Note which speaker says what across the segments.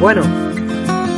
Speaker 1: Bueno,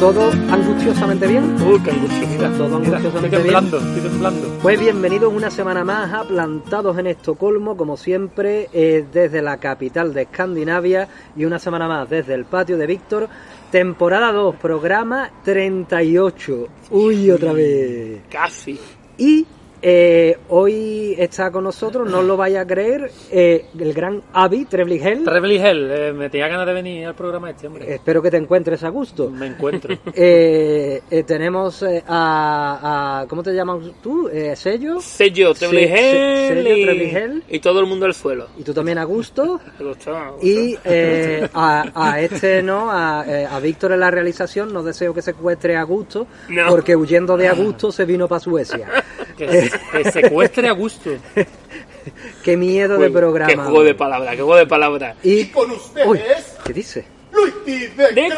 Speaker 1: todo angustiosamente bien.
Speaker 2: Uh, qué angustia, mira.
Speaker 1: Todo
Speaker 2: Mira,
Speaker 1: angustiosamente
Speaker 2: Estoy temblando, estoy temblando.
Speaker 1: Pues bienvenidos una semana más a Plantados en Estocolmo, como siempre, eh, desde la capital de Escandinavia y una semana más desde el patio de Víctor, temporada 2, programa 38. Uy, otra vez.
Speaker 2: Casi.
Speaker 1: Y eh, hoy está con nosotros, no os lo vaya a creer, eh, el gran Avi Trebligel.
Speaker 2: Trebly Hell, eh, me tenía ganas de venir al programa
Speaker 3: Eh,
Speaker 2: este, hombre.
Speaker 1: Espero que te encuentres a gusto.
Speaker 2: Me encuentro.
Speaker 1: Eh, eh, tenemos eh, a, a- ¿Cómo te llamas tú? Eh, ¿Sello?
Speaker 3: Sello, Treble
Speaker 1: Se- se- sello, Treble Hell.
Speaker 3: Hell y, y todo el mundo al suelo.
Speaker 1: Y tú también a gusto.
Speaker 3: Me gustaba, me gustaba.
Speaker 1: Y eh,
Speaker 2: ah,
Speaker 1: a, a este, ¿no? A, eh, a Víctor en la realización, no deseo que secuestre a gusto,
Speaker 3: No.
Speaker 1: porque huyendo de Augusto se vino para Suecia.
Speaker 2: Que, se- que secuestre a gusto.
Speaker 1: Qué miedo
Speaker 3: Uy,
Speaker 1: de programa.
Speaker 3: Qué juego de palabras, qué juego de palabras.
Speaker 1: y
Speaker 4: con ustedes,
Speaker 1: Uy, ¿Qué dice?
Speaker 4: Luigi
Speaker 3: ¡De
Speaker 4: de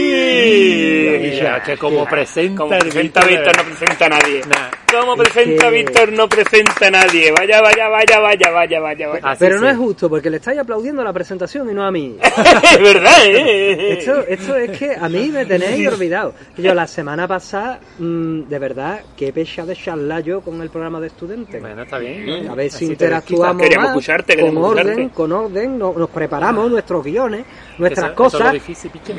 Speaker 3: Kronoposki!
Speaker 2: Mira, que como presenta
Speaker 3: Como
Speaker 2: el
Speaker 3: presenta
Speaker 2: Víctor, eh.
Speaker 3: Víctor, no presenta a nadie.
Speaker 2: Nah.
Speaker 3: Como
Speaker 1: Es
Speaker 3: presenta
Speaker 1: que-
Speaker 3: Víctor, no presenta a nadie. Vaya, vaya, vaya, vaya, vaya, vaya, vaya.
Speaker 2: Así
Speaker 1: Pero no
Speaker 2: sí.
Speaker 1: es justo, porque le estáis aplaudiendo a la presentación y no a mí.
Speaker 3: es verdad, ¿eh?
Speaker 1: Esto, esto es que a mí me tenéis olvidado. Yo la semana pasada, mm, de verdad, qué pecha de charlar yo con el programa de estudiantes.
Speaker 2: Bueno, está bien.
Speaker 1: A ver si
Speaker 2: Así te
Speaker 1: interactuamos
Speaker 3: desquitas. Queríamos
Speaker 1: más,
Speaker 3: escucharte,
Speaker 1: con
Speaker 3: queríamos
Speaker 1: orden,
Speaker 3: escucharte.
Speaker 1: con orden, no- nos preparamos nuestros guiones,
Speaker 2: desquitas.
Speaker 1: nuestras
Speaker 2: Eso- eso es lo
Speaker 1: cosas.
Speaker 2: difícil, piche.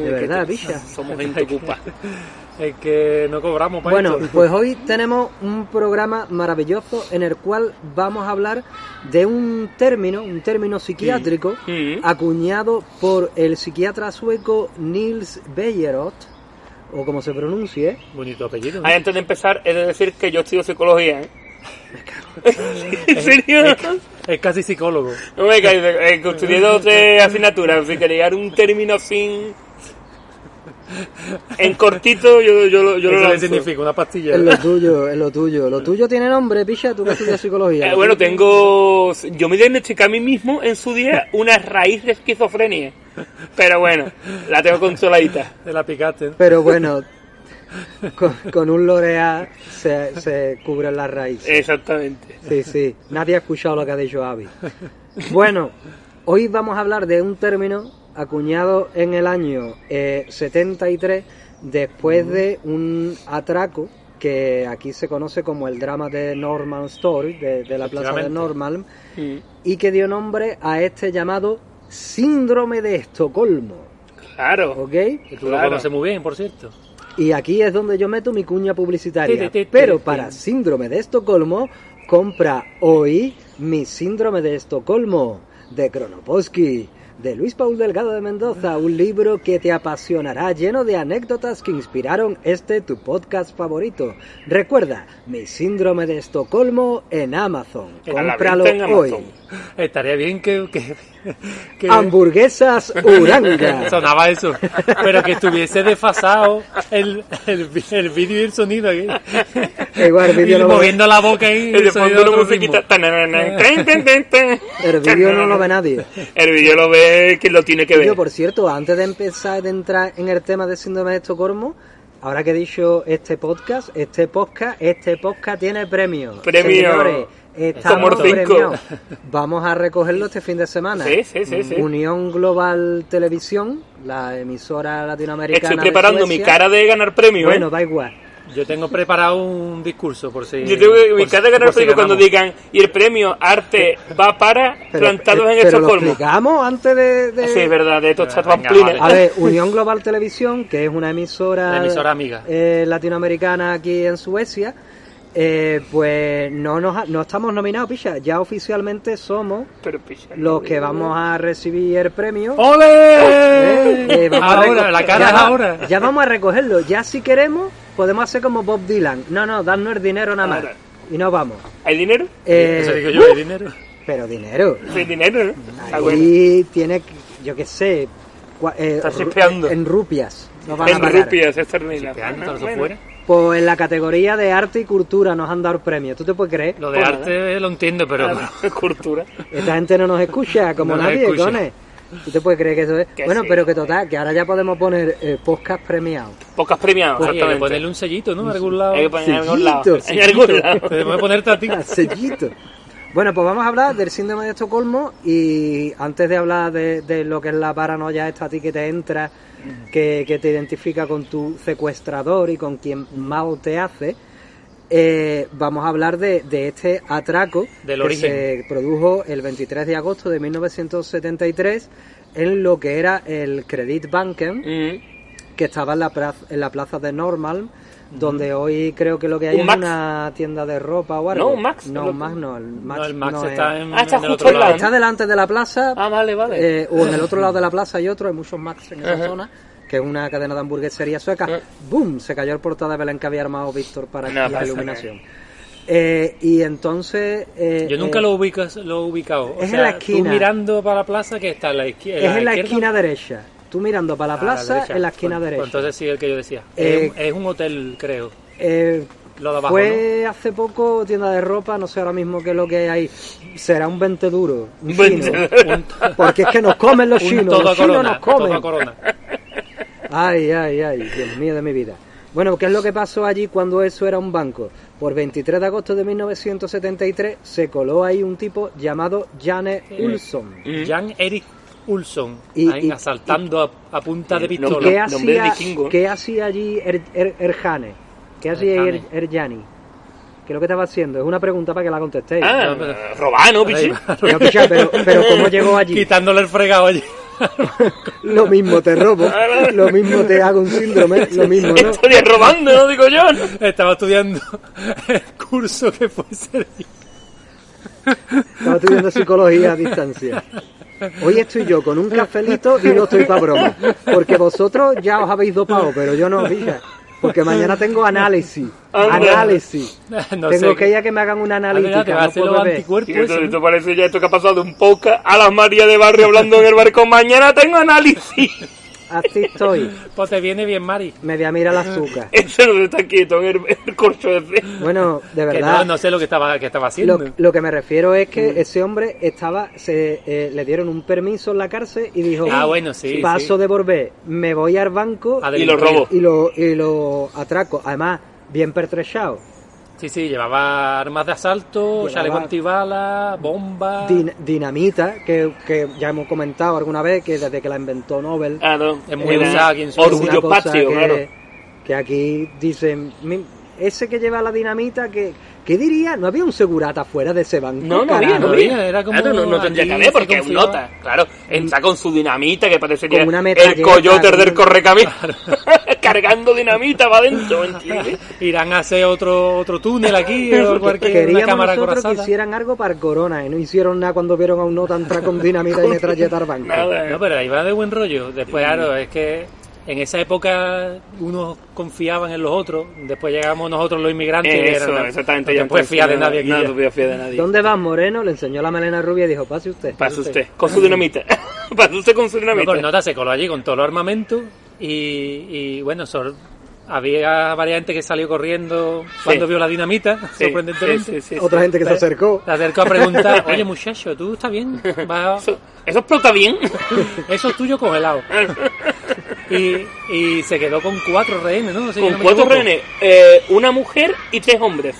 Speaker 3: De
Speaker 1: verdad, bicha.
Speaker 3: Somos gente ocupa.
Speaker 2: Es que no cobramos para
Speaker 1: Bueno,
Speaker 2: esto.
Speaker 1: pues hoy tenemos un programa maravilloso en el cual vamos a hablar de un término, un término psiquiátrico
Speaker 3: Mm.
Speaker 1: acuñado por el psiquiatra sueco Nils Bejerot, o como se pronuncie.
Speaker 2: Bonito apellido. ¿no?
Speaker 3: Ah, antes de empezar, he de decir que yo estudio psicología, ¿eh? ¿En serio?
Speaker 2: Es, es casi psicólogo.
Speaker 3: No me caigo, eh, que estudié dos o tres asignaturas, si quería llegar un término sin... En cortito yo, yo, lo- yo
Speaker 2: Eso
Speaker 3: lo
Speaker 2: le
Speaker 3: lanzo.
Speaker 2: significa una pastilla.
Speaker 1: Es lo tuyo, es lo tuyo. Lo tuyo tiene nombre, picha, tú que estudias psicología.
Speaker 3: Eh, bueno, tengo... Yo me diagnostiqué a mí mismo en su día una raíz de esquizofrenia. Pero bueno, la tengo consoladita.
Speaker 2: De la picaste. ¿no?
Speaker 1: Pero bueno, con, con un L'Oreal se, se cubren las
Speaker 3: Eh.
Speaker 1: raíces.
Speaker 3: Exactamente.
Speaker 1: Sí, sí. Nadie ha escuchado lo que ha dicho Avi. Bueno, hoy vamos a hablar de un término acuñado en el año eh, 73 después de un atraco que aquí se conoce como el drama de Norman Story, de, de la plaza de
Speaker 2: Efectivamente.
Speaker 1: Norman,
Speaker 3: Mm,
Speaker 1: y que dio nombre a este llamado síndrome de Estocolmo.
Speaker 3: Claro.
Speaker 1: ¿Ok?
Speaker 2: Que tú
Speaker 3: Claro.
Speaker 2: lo conoces muy bien, por cierto.
Speaker 1: Y aquí es donde yo meto mi cuña
Speaker 2: Ti,
Speaker 1: publicitaria.
Speaker 2: ti, ti,
Speaker 1: Pero
Speaker 2: ti.
Speaker 1: para síndrome de Estocolmo, compra hoy mi síndrome de Estocolmo de Kronoposki. De Luis Paul Delgado de Mendoza, un libro que te apasionará, lleno de anécdotas que inspiraron este tu podcast favorito. Recuerda, mi síndrome de Estocolmo en Amazon.
Speaker 3: A la
Speaker 1: Cómpralo
Speaker 3: venta en
Speaker 1: hoy.
Speaker 3: Amazon.
Speaker 2: Estaría bien que... que, que-
Speaker 1: Hamburguesas Uranga.
Speaker 2: Sonaba eso, pero que estuviese desfasado el, el, vi- el vídeo y el sonido. ¿eh?
Speaker 1: Igual, el vídeo
Speaker 2: Y
Speaker 1: no lo
Speaker 2: moviendo la boca y
Speaker 3: Y
Speaker 2: el
Speaker 3: de
Speaker 2: sonido
Speaker 3: fondo
Speaker 2: de
Speaker 3: una
Speaker 2: otro ritmo.
Speaker 3: musiquita... tananana, tan, tan, tan, tan.
Speaker 1: El vídeo no lo ve nadie.
Speaker 3: El vídeo lo ve quien lo tiene que ver.
Speaker 1: Yo, por cierto, antes de empezar de entrar en el tema de síndrome de Estocolmo, ahora que he dicho este podcast, este podcast, este podcast tiene premio.
Speaker 3: Premio.
Speaker 1: Señores, estamos
Speaker 3: Como cinco.
Speaker 1: premiados. Vamos a recogerlo este fin de semana.
Speaker 3: Sí, sí, sí, sí.
Speaker 1: Unión Global Televisión, la emisora latinoamericana.
Speaker 3: Estoy
Speaker 1: de
Speaker 3: preparando mi
Speaker 1: Suecia.
Speaker 3: cara de ganar premio. ¿eh?
Speaker 1: Bueno, da igual.
Speaker 2: Yo tengo preparado un discurso por si.
Speaker 1: eh,
Speaker 3: Yo tengo
Speaker 1: pues
Speaker 3: que
Speaker 2: por si-
Speaker 3: ubicar de ganar
Speaker 2: por si
Speaker 3: premio cuando
Speaker 2: ganamos.
Speaker 3: digan y el premio arte va para plantados en
Speaker 1: Eh, pero lo
Speaker 3: Estocolmo.
Speaker 1: explicamos antes de. de-
Speaker 3: Sí, es verdad, de estos
Speaker 2: Ah, Venga,
Speaker 3: champamplines.
Speaker 1: A ver, Unión Global Televisión, que es una emisora,
Speaker 2: La emisora amiga.
Speaker 1: eh, latinoamericana aquí en Suecia, eh, pues no nos ha- no estamos nominados, picha. Ya oficialmente somos
Speaker 3: Pero, picha,
Speaker 1: los que vamos a recibir el premio. Eh,
Speaker 2: ¡Ole!
Speaker 1: eh, vamos a
Speaker 2: ahora,
Speaker 1: reco-
Speaker 2: Ah, la cara
Speaker 1: ya
Speaker 2: es
Speaker 1: va-
Speaker 2: ahora.
Speaker 1: Ya vamos a recogerlo. Ya si queremos, podemos hacer como Bob Dylan. No, no, darnos el dinero nada más.
Speaker 3: Ahora.
Speaker 1: Y nos vamos.
Speaker 3: ¿Hay dinero?
Speaker 1: Eh,
Speaker 2: Eso digo yo, el dinero.
Speaker 1: pero dinero.
Speaker 3: Sí, hay dinero, ¿no? Ah, bueno.
Speaker 1: Ahí tiene, que- yo qué sé, cua- eh,
Speaker 3: Estás
Speaker 1: ru-
Speaker 3: chispeando.
Speaker 1: en rupias. nos van a
Speaker 3: En
Speaker 1: pagar.
Speaker 3: rupias, esta ruina.
Speaker 2: Te dan
Speaker 3: Ah,
Speaker 2: todo eso
Speaker 3: bueno.
Speaker 2: fuera.
Speaker 1: Pues en la categoría de arte y cultura nos han dado el premio. ¿Tú te puedes creer?
Speaker 2: Lo de
Speaker 3: Pues
Speaker 2: arte lo entiendo, pero.
Speaker 3: Cultura.
Speaker 1: Esta gente no nos escucha, como
Speaker 2: No nos
Speaker 1: nadie,
Speaker 2: escucha.
Speaker 1: cone. ¿Tú te puedes creer que eso es?
Speaker 3: Que
Speaker 1: bueno,
Speaker 3: sí,
Speaker 1: pero que
Speaker 3: hombre.
Speaker 1: total, que ahora ya podemos poner eh, podcast premiado.
Speaker 3: Pocas premiadas,
Speaker 1: Pues,
Speaker 2: Oye, hay que
Speaker 3: exactamente.
Speaker 2: ponerle un sellito, ¿no? A algún lado.
Speaker 3: Hay que poner en algún lado.
Speaker 1: Sellito,
Speaker 3: En algún
Speaker 1: sellito.
Speaker 3: lado.
Speaker 2: Te voy a ponerte a ti.
Speaker 1: Sellito. Bueno, pues vamos a hablar del síndrome de Estocolmo y antes de hablar de, de lo que es la paranoia esta a ti que te entra, que, que te identifica con tu secuestrador y con quien mal te hace, eh, vamos a hablar de, de este atraco
Speaker 2: Del
Speaker 1: que
Speaker 2: origen.
Speaker 1: se produjo el 23 de agosto de 1973 en lo que era el Credit Banken,
Speaker 3: Mm.
Speaker 1: que estaba en la, plaza, en la plaza de Normal, donde hoy creo que lo que hay
Speaker 3: ¿Un
Speaker 1: es
Speaker 3: Max?
Speaker 1: una tienda de ropa o algo.
Speaker 3: No, un Max,
Speaker 1: No, un
Speaker 3: no lo-
Speaker 1: Max no. El Max,
Speaker 2: no, el Max
Speaker 1: no
Speaker 2: está
Speaker 1: es-
Speaker 2: en,
Speaker 3: Ah, está
Speaker 2: en el
Speaker 3: justo
Speaker 2: otro
Speaker 3: al lado,
Speaker 2: lado.
Speaker 1: Está delante de la plaza,
Speaker 3: Ah, vale, vale.
Speaker 1: eh, o en el otro lado de la plaza hay otro, hay muchos Max en esa
Speaker 3: Ajá.
Speaker 1: zona, que es una cadena de hamburguesería sueca.
Speaker 3: Ajá.
Speaker 1: ¡Bum! Se cayó el portada de Belén que había armado Víctor para
Speaker 3: No
Speaker 1: la
Speaker 3: pasa
Speaker 1: iluminación. Eh, y entonces... eh,
Speaker 2: Yo nunca
Speaker 1: eh,
Speaker 2: lo, ubicas, lo he ubicado. O
Speaker 1: es en
Speaker 2: sea,
Speaker 1: la esquina.
Speaker 2: Tú mirando para la plaza que está en la izquier-
Speaker 1: Es en la
Speaker 2: izquierda.
Speaker 1: esquina derecha. Tú mirando para
Speaker 2: Ah,
Speaker 1: la plaza,
Speaker 2: derecha.
Speaker 1: en la esquina
Speaker 2: Pues-
Speaker 1: derecha.
Speaker 2: pues entonces sí, el que yo decía.
Speaker 1: Eh,
Speaker 2: es, un- es un hotel, creo.
Speaker 1: Eh,
Speaker 2: Lo de abajo,
Speaker 1: fue hace poco tienda de ropa, no sé ahora mismo qué es lo que hay ahí. Será un 20 duro. Un
Speaker 3: Veinte
Speaker 1: chino.
Speaker 3: duro.
Speaker 2: Un-
Speaker 1: Porque es que nos comen los
Speaker 2: un
Speaker 1: chinos.
Speaker 2: todo
Speaker 1: Los
Speaker 2: a
Speaker 1: chinos
Speaker 2: corona,
Speaker 1: nos
Speaker 2: todo
Speaker 1: comen.
Speaker 2: a corona.
Speaker 1: Ay, ay, ay, Dios mío de mi vida. Bueno, ¿qué es lo que pasó allí cuando eso era un banco? Por 23 de agosto de 1973 se coló ahí un tipo llamado Jane Ulson.
Speaker 3: Mm.
Speaker 2: Jan Eric Ulson
Speaker 1: Y-
Speaker 2: ahí
Speaker 1: y-
Speaker 2: asaltando a, a punta de
Speaker 3: ¿Y
Speaker 1: ¿Y
Speaker 2: pistola.
Speaker 1: qué
Speaker 3: nombre
Speaker 1: hacía,
Speaker 3: vikingo, ¿eh?
Speaker 1: qué hacía allí Er- Er- Erjane? ¿Qué hacía
Speaker 2: Erjane.
Speaker 1: Er- Erjani? ¿Qué es lo que estaba haciendo? Es una pregunta para que la contestéis.
Speaker 3: Ah,
Speaker 2: no, pero-
Speaker 3: robar, ¿no, pichi?
Speaker 1: No, picha, pero, pero ¿cómo llegó allí?
Speaker 2: Quitándole el fregado allí.
Speaker 1: Lo mismo te robo, lo mismo te hago un síndrome, lo mismo, ¿no?
Speaker 3: Estaría robando, ¿no? Digo yo. ¿no?
Speaker 2: Estaba estudiando el curso que fuese.
Speaker 1: Estaba estudiando psicología a distancia. Hoy estoy yo con un cafelito y no estoy para broma. Porque vosotros ya os habéis dopado, pero yo no, pija. Porque mañana tengo análisis.
Speaker 3: Anda.
Speaker 1: Análisis.
Speaker 2: Ah, No
Speaker 1: tengo
Speaker 2: sé.
Speaker 1: que ir a que me hagan una
Speaker 2: Adrián, te
Speaker 1: analítica.
Speaker 2: va a
Speaker 1: No
Speaker 2: hacer
Speaker 1: puedo
Speaker 2: los
Speaker 1: beber.
Speaker 2: anticuerpos.
Speaker 3: Tío, esto,
Speaker 2: eso,
Speaker 3: esto parece ya esto que ha pasado un poco a las María de Barrio hablando en el barco. Mañana tengo análisis.
Speaker 1: Así estoy.
Speaker 2: ¿no? Pues te viene bien, Mari.
Speaker 1: Me voy a mirar el azúcar.
Speaker 3: Ese no está quieto en el, en el corcho ese.
Speaker 1: Bueno, de
Speaker 2: Que
Speaker 1: verdad.
Speaker 2: no, no sé lo que estaba, que estaba haciendo.
Speaker 1: Lo, lo que me refiero es
Speaker 2: Mm.
Speaker 1: que ese hombre estaba, se, eh, le dieron un permiso en la cárcel y dijo,
Speaker 2: Ah, bueno, sí,
Speaker 1: paso
Speaker 2: sí.
Speaker 1: de volver, me voy al banco
Speaker 2: A
Speaker 3: Y lo
Speaker 2: delinquir.
Speaker 3: robo.
Speaker 1: y lo, y lo atraco. Además, bien pertrechado.
Speaker 2: Sí, sí, llevaba armas de asalto,
Speaker 1: Llevaba-
Speaker 2: chaleco antibalas, bomba.
Speaker 1: Din- dinamita, que, que ya hemos comentado alguna vez que desde que la inventó Nobel,
Speaker 3: Ah, no.
Speaker 2: Es muy
Speaker 3: Era
Speaker 2: usado aquí en su-
Speaker 1: una
Speaker 3: Orgullo
Speaker 1: cosa
Speaker 3: patrio,
Speaker 1: que,
Speaker 3: claro.
Speaker 1: que aquí dicen, "Mi- ese que lleva la dinamita, que, ¿qué diría? ¿No había un segurata fuera de ese banco?
Speaker 3: No, no había,
Speaker 1: carajo?
Speaker 3: no
Speaker 2: no
Speaker 3: había.
Speaker 2: había, era como
Speaker 3: Ah, no, no, no tendría que
Speaker 2: allí
Speaker 3: haber
Speaker 2: se
Speaker 3: porque es un
Speaker 2: confiaba.
Speaker 3: nota. Claro, entra con su dinamita que parece que
Speaker 1: Como una
Speaker 3: es el
Speaker 1: metralleta,
Speaker 3: coyote del
Speaker 1: como-
Speaker 3: correcamino. Cargando dinamita va adentro, ¿entiendes?
Speaker 2: Irán a hacer otro, otro túnel aquí o algo aquí, una
Speaker 1: Queríamos
Speaker 2: cámara
Speaker 1: nosotros que
Speaker 2: acorazada.
Speaker 1: hicieran algo para el Corona y no hicieron nada cuando vieron a un nota entrar con dinamita y metralleta al banco.
Speaker 3: Nada.
Speaker 2: No, pero ahí va de buen rollo. Después, claro, es que en esa época unos confiaban en los otros. Después llegamos nosotros los inmigrantes. y
Speaker 3: Eso,
Speaker 2: eran-
Speaker 3: exactamente.
Speaker 2: No
Speaker 3: ya
Speaker 2: te puedes fiar de
Speaker 3: entonces,
Speaker 2: nadie aquí.
Speaker 3: No, no
Speaker 2: ya.
Speaker 3: te puedes fiar de nadie.
Speaker 1: ¿Dónde vas, Moreno? Le enseñó la melena rubia y dijo, pase usted.
Speaker 3: Pasa usted, con su dinamita. Pasa usted con su
Speaker 2: No,
Speaker 3: dinamita.
Speaker 2: pero Nota se coló allí con todo el armamento y, y, bueno, sor- había varias gente que salió corriendo cuando vio la dinamita,
Speaker 3: Sí,
Speaker 2: sorprendentemente.
Speaker 3: sí, sí, sí, sí.
Speaker 1: Otra gente que se acercó.
Speaker 2: Se acercó a preguntar, oye muchacho, ¿tú estás bien? Va-
Speaker 3: Eso, eso explota bien.
Speaker 2: eso es tuyo congelado. Y, y se quedó con cuatro rehenes, ¿no? Si yo
Speaker 3: Con
Speaker 2: no me
Speaker 3: cuatro
Speaker 2: equivoco.
Speaker 3: rehenes, eh, una mujer y tres hombres.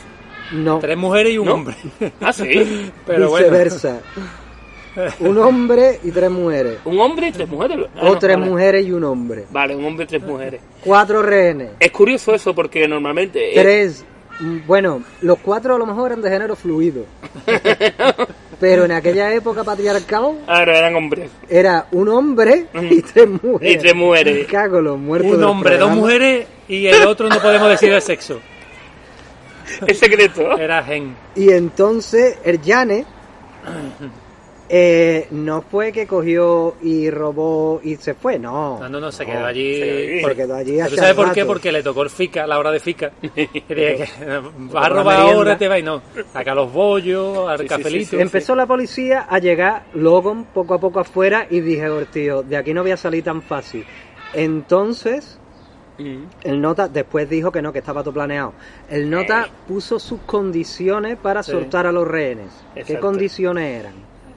Speaker 1: No,
Speaker 2: Tres mujeres y un
Speaker 3: ¿No?
Speaker 2: hombre.
Speaker 3: Ah, sí.
Speaker 2: Pero bueno,
Speaker 1: viceversa. Un hombre y tres mujeres.
Speaker 3: Un hombre y tres mujeres. Ah,
Speaker 1: O
Speaker 3: no,
Speaker 1: tres
Speaker 3: vale.
Speaker 1: mujeres y un hombre.
Speaker 3: Vale, un hombre y tres mujeres.
Speaker 1: Cuatro rehenes.
Speaker 3: Es curioso eso porque normalmente. eh,
Speaker 1: Tres. mm, Bueno, los cuatro a lo mejor eran de género fluido. Pero en aquella época patriarcal
Speaker 3: Ahora ah, eran hombres.
Speaker 1: era un hombre y tres mujeres.
Speaker 3: Y tres mujeres.
Speaker 1: Me cago en los muertos.
Speaker 2: un
Speaker 1: del
Speaker 2: hombre, dos
Speaker 1: programa.
Speaker 2: mujeres y el otro no podemos decir el sexo.
Speaker 3: Es secreto.
Speaker 2: Era gen.
Speaker 1: Y entonces Erjane eh, no fue que cogió y robó y se fue, no.
Speaker 2: No, no, no, se quedó
Speaker 3: se quedó allí.
Speaker 2: allí.
Speaker 1: Se quedó allí
Speaker 2: ¿Tú
Speaker 1: hasta
Speaker 2: sabes
Speaker 1: el
Speaker 2: por qué?
Speaker 1: rato.
Speaker 2: Porque le tocó el fica, la hora de fica. Y dije, que, vas
Speaker 1: la
Speaker 2: a robar
Speaker 1: merienda.
Speaker 2: ahora, te va y no. Acá los bollos, al
Speaker 3: Sí, sí,
Speaker 2: cafelito.
Speaker 3: sí, sí.
Speaker 1: Empezó la policía a llegar Logan poco a poco afuera y dije, "Oh, tío, de aquí no voy a salir tan fácil. Entonces,
Speaker 3: Mm.
Speaker 1: el nota después dijo que no, que estaba todo planeado. El nota puso sus condiciones para soltar a los rehenes. ¿Qué
Speaker 3: Exacto.
Speaker 1: condiciones eran?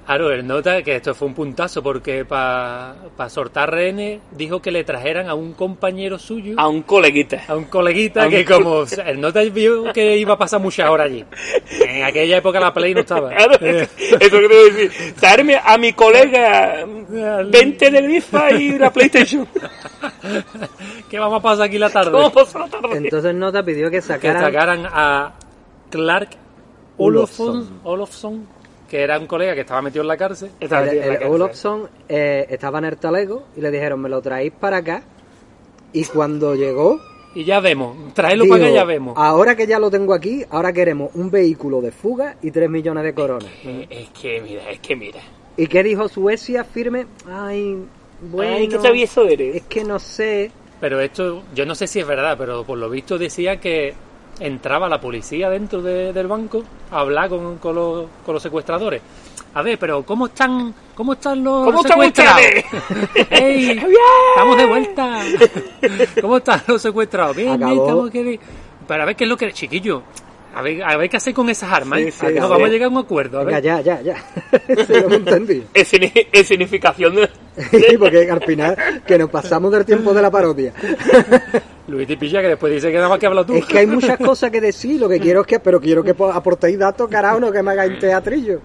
Speaker 2: Aroel nota que esto fue un puntazo porque para soltar rehenes dijo que le trajeran a un compañero suyo,
Speaker 3: A un coleguita.
Speaker 2: a un coleguita
Speaker 3: a un-
Speaker 2: que como o sea, el nota vio que iba a pasar muchas horas allí. En aquella época la Play no estaba.
Speaker 3: Claro,
Speaker 2: Eh,
Speaker 3: eso que te voy a decir. Traerme a mi colega 20 de FIFA y la PlayStation.
Speaker 2: que vamos a pasar aquí la tarde.
Speaker 3: ¿Cómo pasó la tarde?
Speaker 1: Entonces Nota pidió que
Speaker 2: que
Speaker 1: sacaran...
Speaker 2: sacaran a Clark
Speaker 1: Olofsson.
Speaker 2: Olofsson, Olofsson, que era un colega que estaba metido en la cárcel.
Speaker 3: Estaba
Speaker 1: el-
Speaker 3: metido en la
Speaker 1: el
Speaker 3: cárcel.
Speaker 1: Olofsson eh, estaba en el talego y le dijeron, me lo traéis para acá. Y cuando llegó...
Speaker 2: Y ya vemos, traerlo
Speaker 1: dijo,
Speaker 2: para acá y ya vemos.
Speaker 1: Ahora que ya lo tengo aquí, ahora queremos un vehículo de fuga y 3 millones de coronas.
Speaker 3: Eh, Es que mira, es que mira.
Speaker 1: ¿Y qué dijo Suecia firme? Ay, bueno...
Speaker 3: Ay, qué travieso eres.
Speaker 1: Es que no sé...
Speaker 2: Pero esto, yo no sé si es verdad, pero por lo visto decía que entraba la policía dentro de- del banco a hablar con, con los, con los secuestradores. A ver, pero ¿cómo están, cómo están los
Speaker 3: ¿Cómo están
Speaker 2: secuestrados?
Speaker 3: ustedes?
Speaker 2: ¡Ey!
Speaker 3: ¡Bien!
Speaker 2: ¡Estamos de vuelta! ¿Cómo están los secuestrados? Bien, bien,
Speaker 1: Acabó.
Speaker 2: estamos aquí. Pero a ver qué es lo que... Chiquillo, a ver, a ver qué hacer con esas armas.
Speaker 3: Sí,
Speaker 2: ¿eh?
Speaker 3: sí,
Speaker 2: A ver, nos
Speaker 3: acabó.
Speaker 2: vamos a llegar a un acuerdo. A
Speaker 1: Venga,
Speaker 2: ver.
Speaker 1: ya, ya, ya. Se lo entendí.
Speaker 3: Es, signi- es significación de...
Speaker 1: Sí, porque al final que nos pasamos del tiempo de la parodia.
Speaker 2: Luis te pilla que después dice que nada más que habla tú.
Speaker 1: Es que hay muchas cosas que decir, lo que quiero es que, pero quiero que po- aportéis datos, carajo, no que me hagáis teatrillo.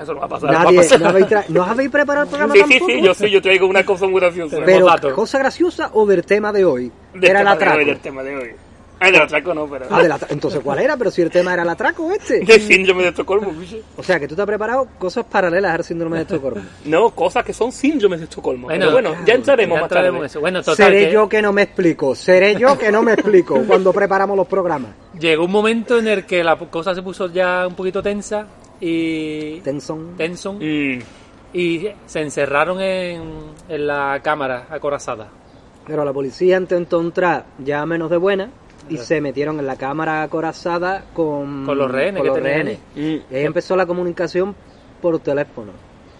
Speaker 3: Eso no va a pasar. no va a
Speaker 1: Nadie,
Speaker 3: pasar.
Speaker 1: no habéis, tra- no os habéis preparado el programa
Speaker 3: Sí, sí,
Speaker 1: tampoco.
Speaker 3: sí, yo sí, yo traigo una cosa muy graciosa.
Speaker 1: Pero
Speaker 2: Tenemos datos.
Speaker 1: cosa graciosa o del tema de hoy,
Speaker 3: Del
Speaker 1: era el
Speaker 3: tema de hoy,
Speaker 1: atraco.
Speaker 3: Del tema de hoy. Ay, del atraco no, pero...
Speaker 1: Ah, del atra- Entonces, ¿cuál era? Pero si el tema era el atraco este.
Speaker 3: De síndrome de Estocolmo, bicho.
Speaker 1: O sea, que tú te has preparado cosas paralelas al síndrome de Estocolmo.
Speaker 3: No, cosas que son síndromes de Estocolmo.
Speaker 2: Bueno,
Speaker 3: pero bueno, ya entraremos
Speaker 2: Ya
Speaker 3: más
Speaker 2: entraremos en
Speaker 3: tarde.
Speaker 2: eso. Bueno, total,
Speaker 1: seré
Speaker 2: que-
Speaker 1: yo que no me explico, seré yo que no me explico cuando preparamos los programas.
Speaker 2: Llegó un momento en el que la cosa se puso ya un poquito tensa y
Speaker 1: Tenson.
Speaker 2: tenson
Speaker 3: Mm,
Speaker 2: y se encerraron en, en la cámara acorazada.
Speaker 1: Pero la policía intentó entrar ya menos de buena y se metieron en la cámara acorazada con,
Speaker 2: Con los rehenes que
Speaker 1: los
Speaker 2: tenían
Speaker 1: rehenes.
Speaker 3: mm.
Speaker 1: Y ahí empezó la comunicación por teléfono.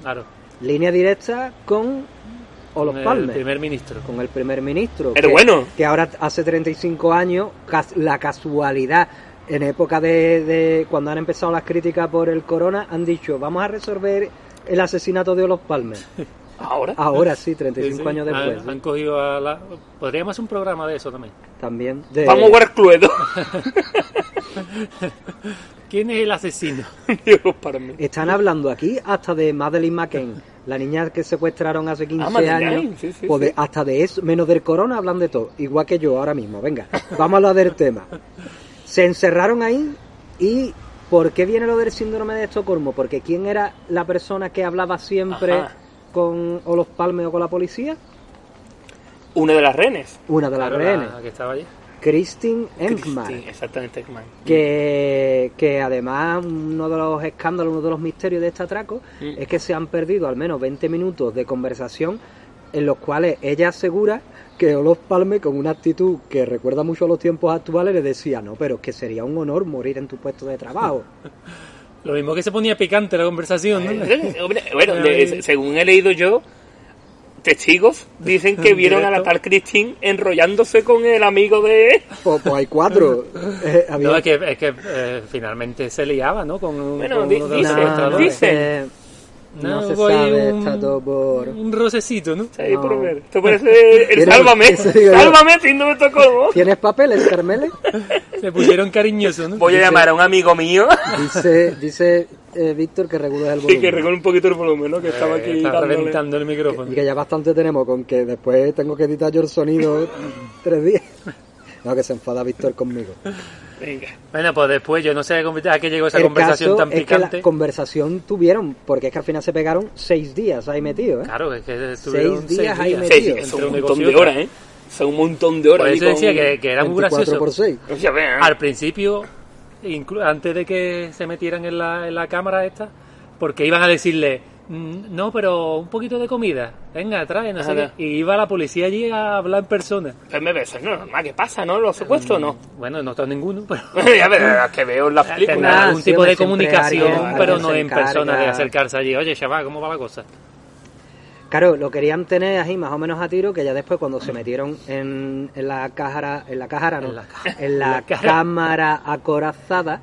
Speaker 2: Claro.
Speaker 1: Línea directa con Olof
Speaker 2: con El
Speaker 1: Palme,
Speaker 2: primer ministro.
Speaker 1: con el primer ministro.
Speaker 3: Pero
Speaker 1: que,
Speaker 3: bueno.
Speaker 1: Que ahora hace 35 años, cas- la casualidad, en época de, de cuando han empezado las críticas por el corona, han dicho, vamos a resolver el asesinato de Olof Palme.
Speaker 3: ¿Ahora?
Speaker 1: Ahora sí, 35
Speaker 2: Sí, sí.
Speaker 1: años
Speaker 2: Han-
Speaker 1: después.
Speaker 2: Han,
Speaker 1: sí.
Speaker 2: cogido a la... Podríamos hacer un programa de eso también.
Speaker 1: También. de-
Speaker 3: Vamos a jugar Cluedo.
Speaker 2: ¿Quién es el asesino?
Speaker 3: Dios, para mí.
Speaker 1: Están hablando aquí hasta de Madeleine McCain, la niña que secuestraron hace 15
Speaker 3: Madeleine,
Speaker 1: años.
Speaker 3: Ah, sí, sí,
Speaker 1: Pues de-
Speaker 3: sí.
Speaker 1: Hasta de eso, menos del corona, hablan de todo. Igual que yo ahora mismo. Venga, vamos a lo del tema. Se encerraron ahí y ¿por qué viene lo del síndrome de Estocolmo? Porque ¿quién era la persona que hablaba siempre
Speaker 3: Ajá.
Speaker 1: con o los palmes o con la policía?
Speaker 3: Una de las renes.
Speaker 1: Una de las
Speaker 2: Claro,
Speaker 1: rehenes,
Speaker 2: la que estaba allí.
Speaker 1: Christine Engman.
Speaker 3: Sí, exactamente, Ekman.
Speaker 1: que, que además uno de los escándalos, uno de los misterios de este atraco
Speaker 3: Mm.
Speaker 1: es que se han perdido al menos 20 minutos de conversación en los cuales ella asegura que Olof Palme, con una actitud que recuerda mucho a los tiempos actuales, le decía, no, pero es que sería un honor morir en tu puesto de trabajo.
Speaker 2: Lo mismo que se ponía picante la conversación, ¿no?
Speaker 3: Eh, hombre, Bueno, de- se- según he leído yo, testigos dicen que vieron a la tal Christine enrollándose con el amigo de...
Speaker 1: pues, pues hay cuatro. Eh, había-
Speaker 2: No, es que, es que eh, finalmente se liaba, ¿no? Con, un-
Speaker 3: Bueno,
Speaker 2: con
Speaker 3: di-
Speaker 2: uno de los
Speaker 3: dice,
Speaker 1: no, no
Speaker 2: secuestradores.
Speaker 3: dice.
Speaker 1: sé, no se
Speaker 2: voy
Speaker 1: sabe,
Speaker 2: un-
Speaker 1: está todo por...
Speaker 2: Un rocecito, ¿no?
Speaker 3: Sí,
Speaker 1: No.
Speaker 3: por ver. Esto parece el
Speaker 1: Quiero-
Speaker 3: sálvame.
Speaker 1: eso digo yo.
Speaker 3: Sálvame, síndrome de Estocolmo.
Speaker 1: ¿Tienes papeles, Carmele?
Speaker 2: Se pusieron cariñosos, ¿no?
Speaker 3: Voy a llamar a un amigo mío
Speaker 1: Dice, dice eh, Víctor que regula el
Speaker 3: y
Speaker 1: volumen.
Speaker 3: que regule un poquito el volumen, ¿no? Que estaba
Speaker 2: Eh,
Speaker 3: aquí
Speaker 2: está
Speaker 3: dándole-
Speaker 2: reventando el micrófono.
Speaker 1: Y que ya bastante tenemos con que después tengo que editar yo el sonido tres días. No, que se enfada Víctor conmigo.
Speaker 3: Venga.
Speaker 2: Bueno, pues después yo no sé a qué llegó esa
Speaker 1: el
Speaker 2: conversación
Speaker 1: caso
Speaker 2: tan
Speaker 1: es que
Speaker 2: picante.
Speaker 1: la conversación tuvieron, porque es que al final se pegaron seis días ahí metidos, ¿eh?
Speaker 2: Claro, es que estuvieron
Speaker 1: Seis días ahí
Speaker 3: Sí, sí,
Speaker 1: metido.
Speaker 3: que
Speaker 2: entre
Speaker 3: son un
Speaker 2: un
Speaker 3: montón
Speaker 2: negocio y
Speaker 3: de
Speaker 2: otro.
Speaker 3: horas, ¿eh? Son un montón de horas.
Speaker 2: Por
Speaker 3: ahí
Speaker 2: eso
Speaker 3: con- ¿eh?
Speaker 2: decía que, que era muy
Speaker 1: 24
Speaker 2: gracioso.
Speaker 1: por 6.
Speaker 3: O sea, vean.
Speaker 2: Al principio, inclu- antes de que se metieran en la, en la cámara esta, porque iban a decirle, "Mm, no, pero un poquito de comida, venga, trae, no sé
Speaker 3: Ajá.
Speaker 2: qué". Y iba la policía allí a hablar en persona.
Speaker 3: Pues me besas, no, normal, ¿qué pasa, no? ¿Los secuestros o no?
Speaker 2: Bueno, no está ninguno, pero...
Speaker 3: ya ver, las que veo en las
Speaker 2: Tendrá
Speaker 1: nada,
Speaker 3: películas.
Speaker 2: algún
Speaker 1: sí,
Speaker 2: tipo
Speaker 1: hombre,
Speaker 2: de
Speaker 1: siempre
Speaker 2: comunicación,
Speaker 1: alguien
Speaker 2: pero
Speaker 1: que
Speaker 2: no
Speaker 1: se
Speaker 2: en persona de
Speaker 1: encarga.
Speaker 2: acercarse allí. Oye, chaval, ¿cómo va la cosa?
Speaker 1: Claro, lo querían tener ahí más o menos a tiro, que ya después cuando se metieron en, en la cájara, en la cájara no,
Speaker 2: En
Speaker 1: en
Speaker 2: la
Speaker 1: la,
Speaker 2: ca- la cara.
Speaker 1: cámara acorazada,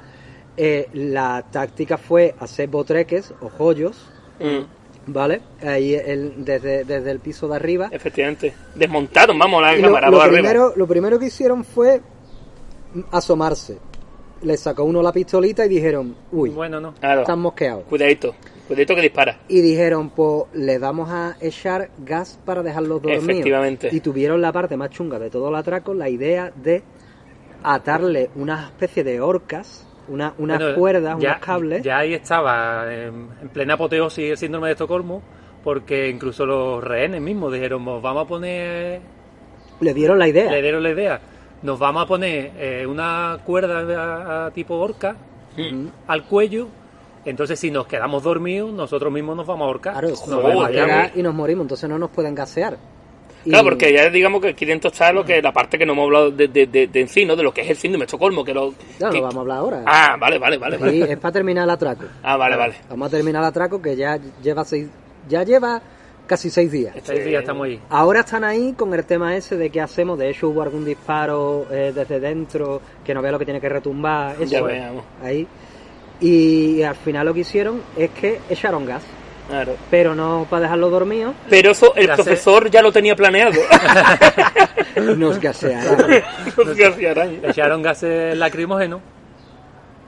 Speaker 1: eh, la táctica fue hacer botreques o joyos
Speaker 3: Mm,
Speaker 1: ¿Vale? Ahí el- desde, desde el piso de arriba.
Speaker 3: Efectivamente. Desmontaron, vamos, la
Speaker 2: Ah,
Speaker 1: Y lo,
Speaker 3: cámara
Speaker 1: lo
Speaker 3: por arriba.
Speaker 1: primero, lo primero que hicieron fue asomarse. Le sacó uno la pistolita y dijeron, uy,
Speaker 2: Bueno, no.
Speaker 3: Claro.
Speaker 1: están mosqueados.
Speaker 3: Cuidadito, cuidadito que dispara.
Speaker 1: Y dijeron, pues le vamos a echar gas para dejarlos dormidos.
Speaker 3: Efectivamente.
Speaker 1: Y tuvieron la parte más chunga de todo el atraco, la idea de atarle una especie de orcas, una, unas
Speaker 2: Bueno,
Speaker 1: cuerdas,
Speaker 2: ya-
Speaker 1: unos cables.
Speaker 2: Ya ahí estaba, en, en plena apoteosis el síndrome de Estocolmo, porque incluso los rehenes mismos dijeron, "Nos vamos a poner,
Speaker 1: Le dieron la idea.
Speaker 2: le dieron la idea, nos vamos a poner eh, una cuerda a- a tipo orca
Speaker 1: Mm.
Speaker 2: al cuello, entonces si nos quedamos dormidos, nosotros mismos nos vamos a ahorcar.
Speaker 1: Claro,
Speaker 2: Nos
Speaker 1: nos
Speaker 3: joder,
Speaker 1: vamos a
Speaker 2: desmayamos.
Speaker 1: quedar y nos morimos, entonces no nos pueden gasear. Y-
Speaker 3: Claro, porque ya digamos que quieren tostar lo que la parte que no hemos hablado de, de, de, de en sí, ¿no? De lo que es el síndrome de Estocolmo, que lo...
Speaker 1: No,
Speaker 3: que-
Speaker 1: lo vamos a hablar ahora.
Speaker 3: Ah, vale, vale, vale. vale.
Speaker 1: Sí, es para terminar el atraco.
Speaker 3: Ah, vale, vale.
Speaker 1: Vamos a terminar el atraco que ya lleva seis, ya lleva casi seis días.
Speaker 2: Estáis-
Speaker 3: Sí.
Speaker 2: ya Este estamos ahí.
Speaker 1: Ahora están ahí con el tema ese de qué hacemos. De hecho, hubo algún disparo eh, desde dentro que no vea lo que tiene que retumbar. Eso
Speaker 3: Ya
Speaker 1: es,
Speaker 3: veamos.
Speaker 1: Ahí. Y al final lo que hicieron es que echaron gas,
Speaker 3: Claro.
Speaker 1: pero no para dejarlo dormido,
Speaker 3: Pero eso el
Speaker 2: Ya sé.
Speaker 3: profesor ya lo tenía planeado.
Speaker 1: nos gasearon.
Speaker 3: No sé qué hacía Arán.
Speaker 2: Echaron gases lacrimógenos.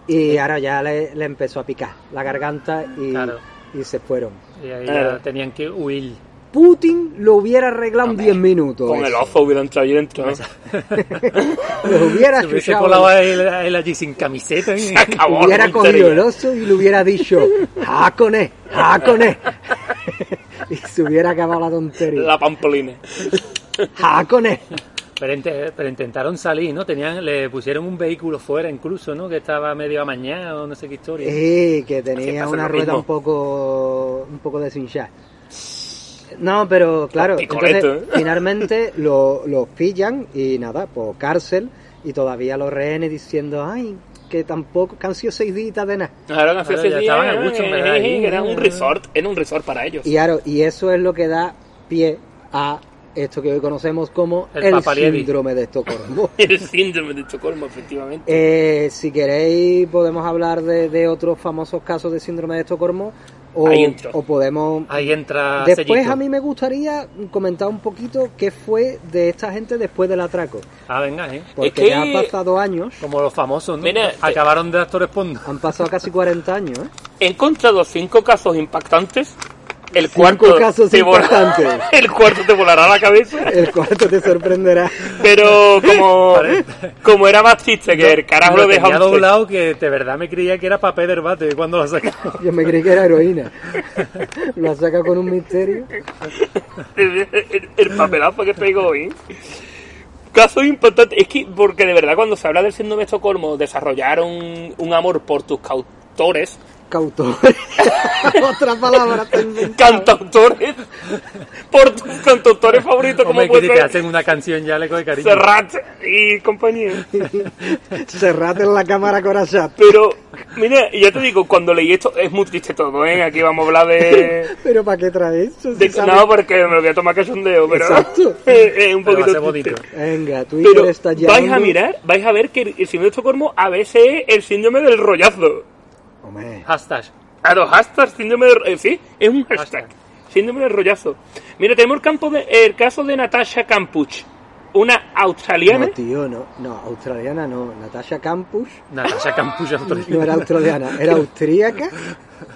Speaker 1: Y ahora ya le, le empezó a picar la garganta y,
Speaker 2: Claro.
Speaker 1: y se fueron.
Speaker 2: Y ahí
Speaker 3: Claro.
Speaker 2: ya tenían que huir.
Speaker 1: Putin lo hubiera arreglado en
Speaker 3: Hombre,
Speaker 1: 10 minutos.
Speaker 3: Con el
Speaker 1: eso.
Speaker 3: ojo hubiera entrado ahí dentro. ¿no?
Speaker 1: Lo hubiera
Speaker 2: Se hubiese
Speaker 1: chuchado.
Speaker 2: colado él, él allí sin camiseta. ¿eh?
Speaker 3: Acabó la
Speaker 1: hubiera cogido
Speaker 3: tontería.
Speaker 1: el oso y le hubiera dicho ¡Jacone! ¡Jacone! y se hubiera acabado la tontería.
Speaker 3: La pampolina.
Speaker 1: ¡Jacone!
Speaker 2: Pero, inte- pero intentaron salir, ¿no? Tenían, le pusieron un vehículo fuera incluso, ¿no? Que estaba medio amañado, no sé qué historia.
Speaker 1: Eh, que
Speaker 3: Así
Speaker 1: tenía
Speaker 3: pasa
Speaker 1: una
Speaker 3: lo
Speaker 1: rueda
Speaker 3: mismo.
Speaker 1: un poco un poco deshinchada. No, pero claro,
Speaker 3: picoletos,
Speaker 1: entonces,
Speaker 3: ¿eh?
Speaker 1: finalmente lo- los pillan y nada, por cárcel y todavía los rehenes diciendo, ay, que tampoco, que han sido seis días de nada.
Speaker 3: Ahora no sé
Speaker 2: Claro,
Speaker 3: si
Speaker 2: ya estaban a gusto, en verdad, allí.
Speaker 3: eh, era un resort, era un resort para ellos.
Speaker 1: Y, claro, y eso es lo que da pie a esto que hoy conocemos como
Speaker 2: El
Speaker 1: el,
Speaker 2: Papaliedi.
Speaker 1: síndrome de Estocolmo.
Speaker 3: El síndrome de Estocolmo, efectivamente.
Speaker 1: Eh, si queréis, podemos hablar de, de otros famosos casos de síndrome de Estocolmo o,
Speaker 3: Ahí entro.
Speaker 1: o podemos...
Speaker 2: Ahí
Speaker 3: Ah,
Speaker 2: entra
Speaker 1: Después
Speaker 2: Sellito.
Speaker 1: a mí me gustaría comentar un poquito qué fue de esta gente después del atraco,
Speaker 2: Ah, venga, ¿eh?
Speaker 1: porque
Speaker 3: que-
Speaker 1: ya han pasado años,
Speaker 2: Como los famosos, ¿no?
Speaker 3: Mira, eh, te-
Speaker 2: Acabaron de actores porno.
Speaker 1: han pasado casi 40 años. ¿eh?
Speaker 3: He encontrado cinco casos impactantes. El
Speaker 1: Cinco
Speaker 3: cuarto,
Speaker 1: casos
Speaker 3: te vola-
Speaker 1: impactantes.
Speaker 3: el cuarto te volará la cabeza.
Speaker 1: El cuarto te sorprenderá.
Speaker 3: Pero como, como era más chiste que el carajo
Speaker 2: Lo
Speaker 3: lo
Speaker 2: tenía
Speaker 3: dejamos.
Speaker 2: doblado que de verdad me creía que era papel de herbate ¿eh? cuando lo sacaron.
Speaker 1: Yo me creí que era heroína. Lo saca con un misterio.
Speaker 3: el, el- el papelazo que pegó hoy. Caso importante, es que porque de verdad cuando se habla del síndrome de Estocolmo desarrollaron un amor por tus cautores,
Speaker 1: Cautor. Otra palabra. te he inventado.
Speaker 3: cantautores, por tus cantautores favoritos como
Speaker 2: Hombre, que si te
Speaker 3: puede ser
Speaker 2: hacen una canción ya le coge cariño.
Speaker 3: Serrat y compañía.
Speaker 1: Cerrate en la cámara, corazón.
Speaker 3: Pero, mira, y ya te digo, cuando leí esto, es muy triste todo, ¿eh? Aquí vamos a hablar de...
Speaker 1: Pero ¿para qué traes eso? Si
Speaker 3: de-
Speaker 1: sabes-
Speaker 3: no, porque me lo voy a tomar cachondeo, pero...
Speaker 1: Exacto.
Speaker 3: Es un
Speaker 2: Pero va a
Speaker 3: poquito
Speaker 2: ser bonito.
Speaker 3: triste.
Speaker 1: Venga, Twitter
Speaker 3: Pero
Speaker 1: está
Speaker 3: vais a
Speaker 1: llamando.
Speaker 3: mirar, vais a ver que el, el síndrome de Estocolmo a veces es el síndrome del rollazo.
Speaker 1: Hombre,
Speaker 2: Hashtag.
Speaker 3: A los hashtags, síndrome del... eh, sí, es un hashtag.
Speaker 2: Hashtag.
Speaker 3: Síndrome del rollazo. Mira, tenemos el, campo de- el caso de Natasha Kampuch, una australiana.
Speaker 1: no, tío, no. No, australiana no. Natasha Campus
Speaker 2: Natasha Campucha.
Speaker 1: no era australiana, era austríaca.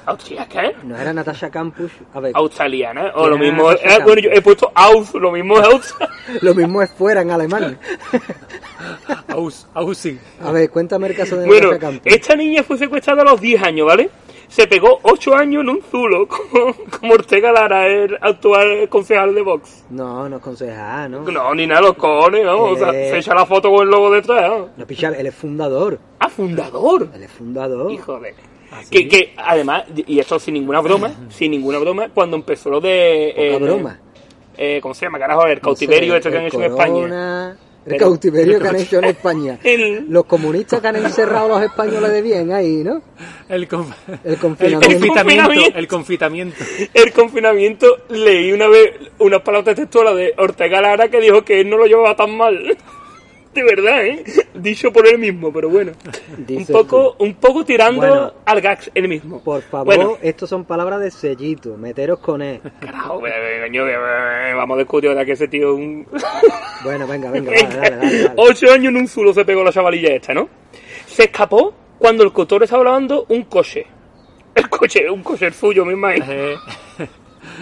Speaker 3: ¿Austriaca, eh?
Speaker 1: No era Natasha Campus. A ver,
Speaker 3: Australiana, o lo
Speaker 1: Era
Speaker 3: mismo...
Speaker 1: Natasha
Speaker 3: eh, bueno, yo
Speaker 1: Kampusch.
Speaker 3: he puesto aus, lo mismo es aus.
Speaker 1: lo mismo es fuera en alemán.
Speaker 2: Aus, Ausi.
Speaker 1: A ver, cuéntame el caso de
Speaker 3: Bueno, este-
Speaker 1: Natasha Campus.
Speaker 3: esta niña fue secuestrada a los 10 años, ¿vale? Se pegó 8 años en un zulo como, como Ortega Lara, el actual concejal de Vox.
Speaker 1: No, no es concejal, ¿no?
Speaker 3: No, ni nada, los cojones, vamos. O sea,
Speaker 1: Eh.
Speaker 3: se echa la foto con el logo detrás. ¿no?
Speaker 1: No, picha, él es fundador.
Speaker 3: Ah, fundador.
Speaker 1: Él es fundador.
Speaker 3: Híjole.
Speaker 2: ¿Ah, sí?
Speaker 3: Que, que además, y esto sin ninguna broma, sin ninguna broma, cuando empezó lo de.
Speaker 1: Poca
Speaker 3: eh,
Speaker 1: broma.
Speaker 3: eh, ¿Cómo se llama? Carajo, el
Speaker 1: No sé,
Speaker 3: cautiverio esto que han
Speaker 1: el
Speaker 3: hecho en España.
Speaker 1: corona, El
Speaker 3: Pero-
Speaker 1: cautiverio que han hecho en España.
Speaker 3: El-
Speaker 1: Los comunistas que han encerrado a los españoles de bien ahí, ¿no?
Speaker 2: El, conf-
Speaker 1: El
Speaker 2: el
Speaker 1: confinamiento.
Speaker 2: confitamiento. El confitamiento.
Speaker 3: El confinamiento, leí una vez unas palabras textuales de Ortega Lara que dijo que él no lo llevaba tan mal. De verdad, ¿eh? Dicho por él mismo, pero bueno. Un
Speaker 1: Dices
Speaker 3: poco, un poco tirando
Speaker 1: Bueno.
Speaker 3: al gags él mismo.
Speaker 1: tú. Por favor,
Speaker 3: Bueno,
Speaker 1: estos son palabras de sellito. Meteros con E.
Speaker 3: carajo, eh, coño, eh, vamos a discutir ahora que ese tío... Un...
Speaker 1: Bueno, venga, venga, va, dale, dale, dale.
Speaker 3: Ocho años en un zulo se pegó la chavalilla esta, ¿no? Se escapó cuando el cotor estaba lavando un coche. El coche, un coche el suyo, mi imagino.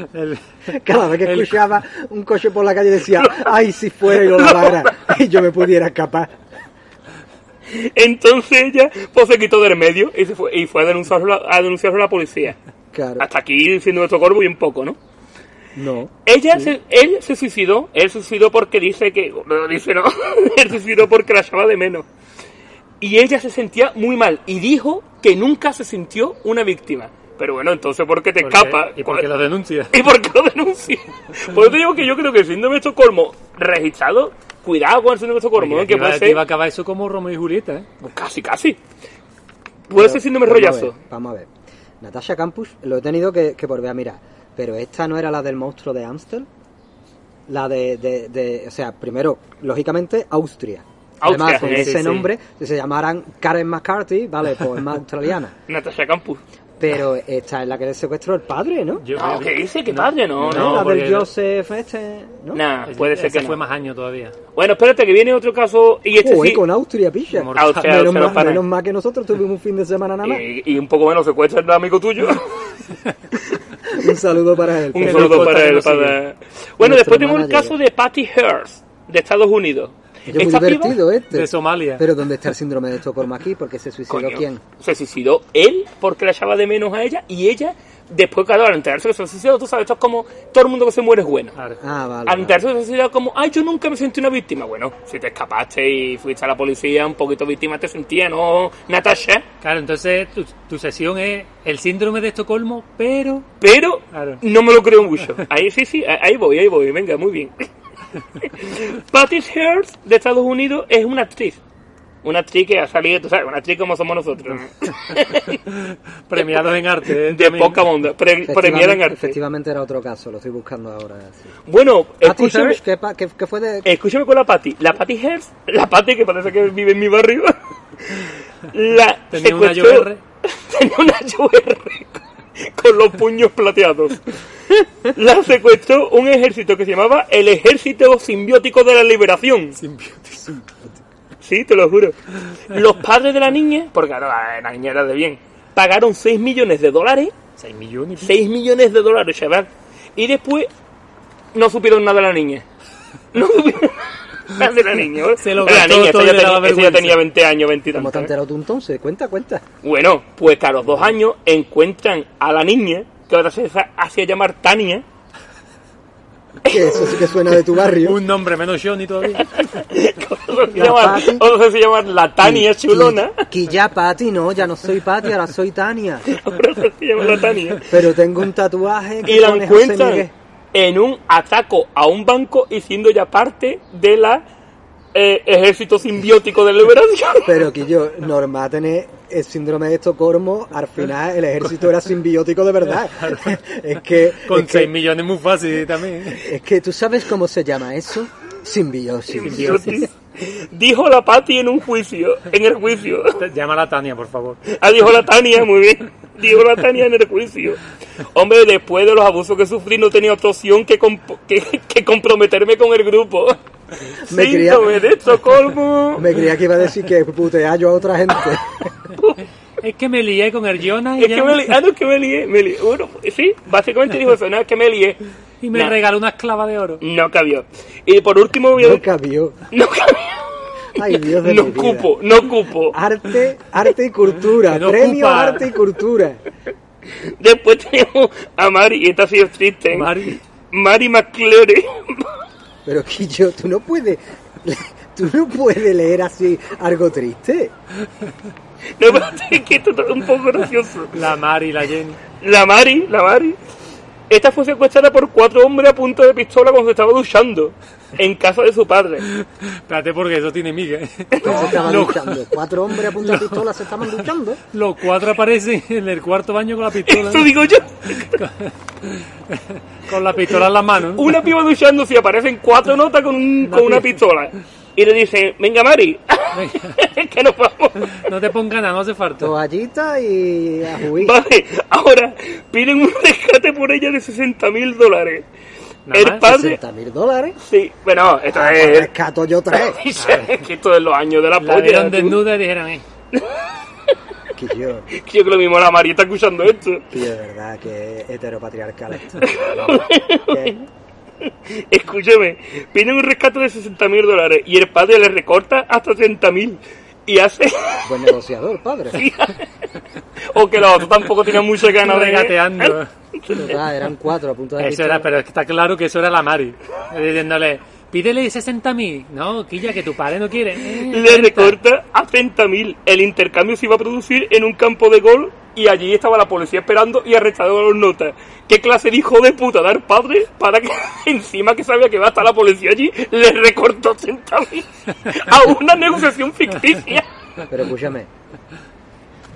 Speaker 2: Eh, el-
Speaker 1: Cada vez que
Speaker 2: el-
Speaker 1: escuchaba un coche por la calle decía, ay, si fuera yo la vara y yo me pudiera escapar.
Speaker 3: Entonces ella pues, se quitó del medio y, se fue, y fue a denunciarlo a, a denunciarlo a la policía.
Speaker 1: Claro,
Speaker 3: Hasta aquí siendo nuestro corvo y un poco, ¿no?
Speaker 1: no.
Speaker 3: Ella se, él se suicidó, él se suicidó porque dice que, no, dice no, él se suicidó porque la echaba de menos. Y ella se sentía muy mal y dijo que nunca se sintió una víctima. Pero bueno, entonces ¿por qué te
Speaker 2: porque-
Speaker 3: escapa?
Speaker 2: Y porque lo denuncia.
Speaker 3: ¿Y por qué lo denuncia? Por eso te digo que yo creo que el síndrome de Estocolmo registrado, cuidado con el síndrome de Estocolmo, ¿eh? que
Speaker 2: Iba-
Speaker 3: puede
Speaker 2: iba a
Speaker 3: ser
Speaker 2: acabar eso como Romeo y Julieta, ¿eh?
Speaker 3: casi, casi. Puede ser síndrome
Speaker 1: Vamos a
Speaker 3: rollazo.
Speaker 1: ver, Vamos a ver. Natasha Campus, lo he tenido que, que volver a mirar. Pero esta no era la del monstruo de Amstel. La de, de- de- O sea, primero, lógicamente, Austria.
Speaker 3: Austria,
Speaker 1: Además, con
Speaker 3: sí,
Speaker 1: ese
Speaker 2: sí.
Speaker 1: nombre, si se llamaran Karen McCarthy, vale, pues es más australiana.
Speaker 3: Natasha Campus.
Speaker 1: Pero esta es la que le secuestró el padre, ¿no?
Speaker 2: Yo-
Speaker 3: No, ¿qué dice? ¿Qué padre? No,
Speaker 1: ¿No?
Speaker 3: no.
Speaker 1: la del
Speaker 2: porque-
Speaker 1: Joseph este, ¿no?
Speaker 3: Nah,
Speaker 2: Ese-
Speaker 3: puede ser
Speaker 2: ese
Speaker 3: que
Speaker 2: fue
Speaker 3: no.
Speaker 2: más año todavía.
Speaker 3: Bueno, espérate, que viene otro caso y este
Speaker 1: Joder,
Speaker 3: sí...
Speaker 1: con Austria, pilla.
Speaker 2: Amor.
Speaker 3: Ah, o sea, o sea,
Speaker 1: menos,
Speaker 3: los
Speaker 1: mal,
Speaker 3: panes.
Speaker 1: menos mal que nosotros tuvimos un fin de semana nada más.
Speaker 3: Y, y un poco menos secuestra el amigo tuyo.
Speaker 1: Un saludo para él.
Speaker 3: un
Speaker 2: Que
Speaker 1: pues.
Speaker 2: nos
Speaker 3: saludo
Speaker 2: consta
Speaker 3: para
Speaker 2: que
Speaker 3: él.
Speaker 2: nos
Speaker 3: para- Bueno,
Speaker 1: Nuestro
Speaker 3: después tenemos el
Speaker 1: manager.
Speaker 3: caso de Patty Hearst, de Estados Unidos.
Speaker 1: Oye, muy divertido este.
Speaker 2: De Somalia.
Speaker 1: Pero ¿dónde está el síndrome de Estocolmo aquí? Porque se suicidó
Speaker 3: Coño,
Speaker 1: quién.
Speaker 3: Se suicidó él porque la echaba de menos a ella y ella, después, claro, al enterarse que se suicidó, tú sabes, esto es como todo el mundo que se muere es bueno.
Speaker 2: Claro.
Speaker 1: Ah, vale.
Speaker 3: Al
Speaker 1: vale.
Speaker 3: enterarse que se suicidó como, ay, yo nunca me sentí una víctima. Bueno, si te escapaste y fuiste a la policía, un poquito víctima te sentía, ¿no, Natasha?
Speaker 2: Claro, entonces tu, tu sesión es el síndrome de Estocolmo, pero
Speaker 3: Pero
Speaker 2: Claro.
Speaker 3: no me lo creo mucho. Ahí sí, sí, ahí voy, ahí voy, venga, muy bien. Patty Hearst de Estados Unidos es una actriz. Una actriz que ha salido, tú sabes, una actriz como somos nosotros.
Speaker 2: premiados en arte. ¿eh?
Speaker 3: De
Speaker 2: También.
Speaker 3: poca onda, pre- premiada en
Speaker 1: Efectivamente,
Speaker 3: arte.
Speaker 1: efectivamente era otro caso, lo estoy buscando ahora. sí.
Speaker 3: Bueno,
Speaker 1: Patty
Speaker 3: escúchame,
Speaker 1: Hearst, ¿qué, pa- qué- qué fue de...?
Speaker 3: escúchame con la Patty. La Patty Hearst, la Patty que parece que vive en mi barrio, la
Speaker 2: Tenía una
Speaker 3: secuestró-
Speaker 2: UR.
Speaker 3: Tenía una UR con los puños plateados. La secuestró un ejército que se llamaba el Ejército Simbiótico de la Liberación. Sí, te lo juro. Los padres de la niña, porque claro, la la niña era de bien, pagaron 6 millones de dólares
Speaker 2: 6 millones.
Speaker 3: 6 millones de dólares, chaval. Y después no supieron nada de la niña. No supieron nada de la niña. ¿vale?
Speaker 2: Se lo
Speaker 3: la
Speaker 2: gastó
Speaker 3: niña,
Speaker 2: todo
Speaker 3: esa ya,
Speaker 2: y le
Speaker 3: tenía,
Speaker 2: daba
Speaker 3: esa ya
Speaker 2: vergüenza.
Speaker 3: tenía 20 años, 20 y
Speaker 1: ¿Cómo te
Speaker 3: tantos,
Speaker 1: has
Speaker 3: ¿eh?
Speaker 1: enterado tú entonces? Cuenta, cuenta.
Speaker 3: Bueno, pues que a los dos años encuentran a la niña, que ahora se hace- hacía llamar Tania,
Speaker 1: Que eso sí que suena de tu barrio.
Speaker 2: Un nombre menos Johnny todavía.
Speaker 3: o se
Speaker 1: La
Speaker 3: llama,
Speaker 1: Patti.
Speaker 3: o se llama la Tania chulona,
Speaker 1: Que ya Patty, no, ya no soy Patty, ahora soy Tania.
Speaker 3: ahora se llama la Tania,
Speaker 1: Pero tengo un tatuaje que
Speaker 3: y la
Speaker 1: pone José
Speaker 3: encuentran
Speaker 1: Miguel.
Speaker 3: en un ataco a un banco y siendo ya parte de la eh, ejército simbiótico de liberación.
Speaker 1: Pero que yo, normal tener el síndrome de Estocolmo, al final el ejército era simbiótico de verdad. es que...
Speaker 2: Con
Speaker 1: es que-
Speaker 2: 6 millones muy fácil también.
Speaker 1: Es que tú sabes cómo se llama eso? Simbiosis.
Speaker 3: Simbiosis. Dijo la Patty en un juicio, en el juicio.
Speaker 2: Llámala Tania, por favor.
Speaker 3: Ah, dijo la Tania, muy bien. Dijo la Tania en el juicio. Hombre, después de los abusos que sufrí, no tenía otra opción que, comp- que, que comprometerme con el grupo.
Speaker 1: Me quería-
Speaker 3: Síndrome de Estocolmo.
Speaker 1: Me creía que iba a decir que putea yo a otra gente.
Speaker 2: Es que me lié con el Jonas y,
Speaker 3: Es
Speaker 2: ya-
Speaker 3: que me lié. Ah, no, es que me lié. Me lié. Bueno, sí, básicamente dijo eso. No, es que me lié.
Speaker 2: y me
Speaker 3: Nah,
Speaker 2: regaló una esclava de oro.
Speaker 3: No cabió. Y por último, voy a-
Speaker 1: No cabió.
Speaker 3: no cabió.
Speaker 1: Ay, Dios de mi
Speaker 3: No
Speaker 1: vida. Ah.
Speaker 3: cupo, no cupo.
Speaker 1: Arte, arte y cultura.
Speaker 2: Que no
Speaker 1: Premio
Speaker 2: ocupa.
Speaker 1: arte y cultura.
Speaker 3: Después tenemos a Mari, y esta sí es triste. ¿eh?
Speaker 2: Mari.
Speaker 3: Mari McClure.
Speaker 1: Pero que yo, tú no puedes... Tú no puedes leer así algo triste.
Speaker 3: No, pero es que esto es un poco gracioso.
Speaker 2: La Mari, la Jenny.
Speaker 3: La Mari, la Mari. Esta fue secuestrada por cuatro hombres a punta de pistola cuando se estaba duchando en casa de su padre.
Speaker 2: Espérate porque eso tiene miga. ¿eh?
Speaker 1: Se estaban
Speaker 2: Los,
Speaker 1: luchando. Cuatro hombres a punta de pistola se estaban luchando.
Speaker 2: los cuatro aparecen en el cuarto baño con la pistola.
Speaker 3: Eso digo yo.
Speaker 2: Con la pistola en la mano.
Speaker 3: Una piba duchando si aparecen cuatro notas con, un- con una pistola. y le dice, venga Mari, que nos vamos.
Speaker 2: No te pongas nada, no hace falta.
Speaker 1: Toallita y a juguir.
Speaker 3: Vale, ahora piden un rescate por ella de 60 mil dólares.
Speaker 2: Nada
Speaker 3: el
Speaker 2: más,
Speaker 3: padre...
Speaker 1: 60 mil dólares.
Speaker 3: Sí, bueno, esto
Speaker 1: Ah, pues
Speaker 3: es...
Speaker 1: rescato yo tres.
Speaker 3: que esto es los años de la,
Speaker 2: La
Speaker 3: polla,
Speaker 2: vieron
Speaker 3: tú.
Speaker 2: desnuda y dijeron, eh,
Speaker 1: que yo,
Speaker 3: Yo creo que lo mismo la Mari está escuchando esto.
Speaker 1: tío, de verdad que es heteropatriarcal esto. Que-
Speaker 3: Escúcheme, piden un rescate de 60 mil dólares y el padre le recorta hasta 30 mil y hace...
Speaker 1: Buen negociador, padre.
Speaker 3: o que los otros tampoco tienen mucha ganas de... ¿Eh?
Speaker 2: regateando.
Speaker 1: Total, eran cuatro a punto de
Speaker 2: Eso era, pero es que está claro que eso era la Mari. Diciéndole, pídele 60.000. No, Quilla, que tu padre no quiere. Eh,
Speaker 3: Le
Speaker 2: venta.
Speaker 3: recorta a 30.000. El intercambio se iba a producir en un campo de gol y allí estaba la policía esperando y arrestando a los notas. ¿Qué clase de hijo de puta dar padre para que encima que sabía que va a estar la policía allí le recortó 30.000 a una negociación ficticia?
Speaker 1: Pero escúchame.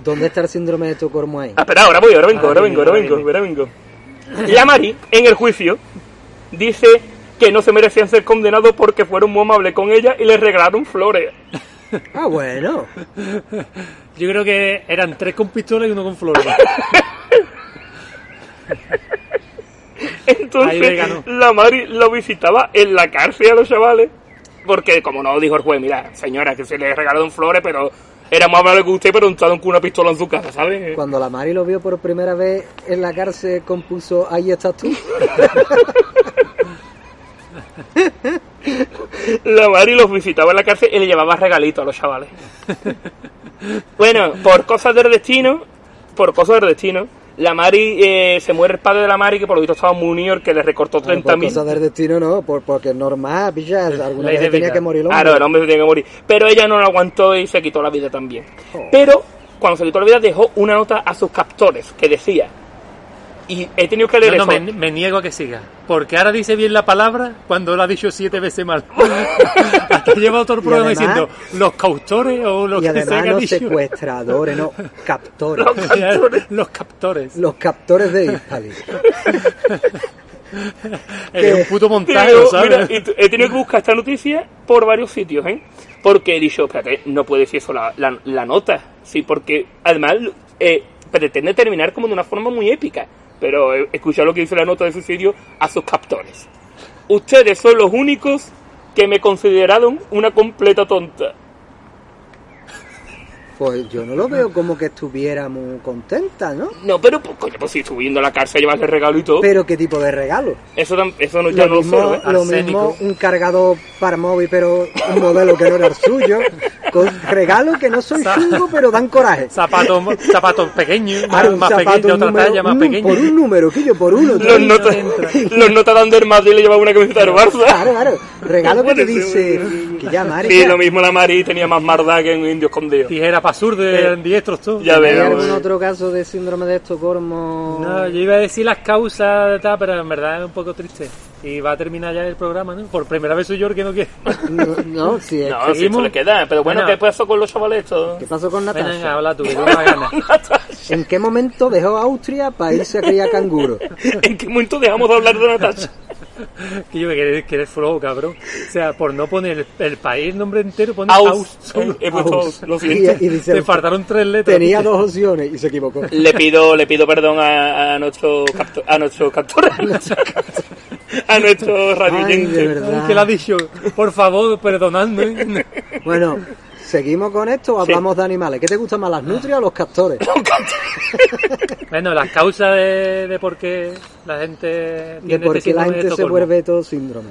Speaker 1: ¿Dónde está el síndrome de Estocolmo ahí?
Speaker 3: Ah, espera, ahora voy, ahora vengo, ahora
Speaker 2: Ahora
Speaker 3: vengo, ahora
Speaker 2: viene,
Speaker 3: vengo, ahora vengo. La Mari, en el juicio, dice que no se merecían ser condenados porque fueron muy amables con ella y les regalaron flores.
Speaker 1: Ah, bueno.
Speaker 2: Yo creo que eran tres con pistola y uno con flores. Ahí le
Speaker 3: Entonces,
Speaker 2: ganó.
Speaker 3: la Mari lo visitaba en la cárcel a los chavales. Porque, como no dijo el juez, mira, señora, que se le regalaron flores, pero era más amable que usted, pero untaron con una pistola en su casa, ¿sabes?
Speaker 1: Cuando la Mari lo vio por primera vez en la cárcel, compuso Ahí estás tú.
Speaker 3: La Mari los visitaba en la cárcel y le llevaba regalitos a los chavales. bueno, por cosas del destino, por cosas del destino, la Mari, eh, se muere el padre de la Mari, que por lo visto estaba muy niño, que le recortó
Speaker 1: Bueno, por
Speaker 3: 30.000.
Speaker 1: cosas del destino no, por, porque es normal, pilla, alguna
Speaker 2: Ley de
Speaker 1: vez tenía
Speaker 2: vida.
Speaker 1: que morir el hombre.
Speaker 3: Claro, el hombre se tiene que morir. Pero ella no lo aguantó y se quitó la vida también.
Speaker 1: Oh.
Speaker 3: Pero cuando se quitó la vida dejó una nota a sus captores que decía. Y he tenido que leer
Speaker 2: No, no, me,
Speaker 3: eso.
Speaker 2: me niego a que siga. Porque ahora dice bien la palabra cuando la ha dicho siete veces mal. Hasta lleva todo el
Speaker 1: Y
Speaker 2: programa
Speaker 1: además-
Speaker 2: diciendo los cautores o los
Speaker 1: y
Speaker 2: que sea
Speaker 1: además
Speaker 2: que ha
Speaker 1: los
Speaker 2: dicho.
Speaker 1: secuestradores, no, captores.
Speaker 3: Los captores.
Speaker 2: los captores.
Speaker 1: los captores de Hispali.
Speaker 2: Es un puto montaje,
Speaker 3: Digo,
Speaker 2: ¿sabes?
Speaker 3: mira, y t- he tenido que buscar esta noticia por varios sitios, ¿eh? Porque he dicho, espérate, no puede decir eso la, la- la nota. Sí, porque además eh, pretende terminar como de una forma muy épica. Pero eh, escuchad lo que dice la nota de suicidio a sus captores. Ustedes son los únicos que me consideraron una completa tonta.
Speaker 1: Pues yo no lo veo como que estuviera muy contenta, ¿no?
Speaker 3: No, pero pues, coño, pues si subiendo a la cárcel llevas el regalo y todo.
Speaker 1: Pero qué tipo de regalo.
Speaker 3: eso, tam- eso no, ya
Speaker 1: Lo
Speaker 3: no lo sé,
Speaker 1: mismo,
Speaker 3: ¿eh?
Speaker 2: ¿eh?
Speaker 1: lo mismo
Speaker 2: Arsénico.
Speaker 1: un cargador para móvil, pero un modelo que no era el suyo. Con regalos que no son
Speaker 2: Sa-
Speaker 1: chungo, pero dan coraje.
Speaker 2: Zapatos, zapatos pequeños, más,
Speaker 1: Claro, un
Speaker 2: más
Speaker 1: zapato,
Speaker 2: pequeños,
Speaker 1: un
Speaker 2: otra
Speaker 1: número-
Speaker 2: talla más
Speaker 1: un-
Speaker 2: pequeña.
Speaker 1: Por un número, que yo, por uno.
Speaker 3: Los
Speaker 1: tal.
Speaker 3: notas los notas dando el Madrid le llevaba una camiseta del Barça.
Speaker 1: Claro, claro. Regalo que te
Speaker 3: Puede ser,
Speaker 1: dice
Speaker 3: puede ser.
Speaker 1: que ya, Mari,
Speaker 3: Sí,
Speaker 1: ya,
Speaker 3: lo mismo la Mari tenía más marda que un indio escondido.
Speaker 2: Tijera para sur de
Speaker 3: Eh,
Speaker 2: diestros, todo.
Speaker 3: Ya
Speaker 1: ¿Hay
Speaker 3: veo.
Speaker 1: algún
Speaker 3: eh.
Speaker 1: otro caso de síndrome de Estocolmo?
Speaker 2: No, yo iba a decir las causas, de tal, pero en verdad es un poco triste. Y va a terminar ya el programa, ¿no? Por primera vez soy yo el que no quiere.
Speaker 1: No, no, sí, es
Speaker 3: No,
Speaker 1: que-
Speaker 3: si esto le queda. Pero bueno,
Speaker 2: Bueno.
Speaker 3: ¿qué pasó con los chavales estos?
Speaker 1: ¿Qué pasó con
Speaker 2: Ven,
Speaker 1: Natasha?
Speaker 2: venga, habla tú, que tengo más ganas.
Speaker 1: ¿En qué momento dejó Austria para irse a criar canguro?
Speaker 3: ¿En qué momento dejamos de hablar de Natasha?
Speaker 2: Que yo me quedé que eres flojo, cabrón. O sea, por no poner el, el país, el nombre entero, pones
Speaker 3: Aus.
Speaker 2: Aus. solo.
Speaker 3: He puesto Aus, lo
Speaker 1: Y,
Speaker 3: siento.
Speaker 1: y Eh, dice,
Speaker 2: Te faltaron tres letras.
Speaker 1: tenía dos opciones y se equivocó.
Speaker 3: Le pido, le pido perdón a, a nuestro captor, a nuestro captor, a nuestro Eh, radio
Speaker 1: Ay, de
Speaker 3: oyente.
Speaker 1: verdad.
Speaker 2: Ay, que le ha dicho, por favor, perdonadme.
Speaker 1: Bueno, seguimos con esto, o hablamos de animales. ¿Qué te gustan más, las nutrias o los castores?
Speaker 2: Bueno, las causas de, de por qué la gente tiene
Speaker 1: De por
Speaker 2: este
Speaker 1: qué la
Speaker 2: síndrome de
Speaker 1: gente se
Speaker 2: Estocolmo.
Speaker 1: vuelve todo síndrome.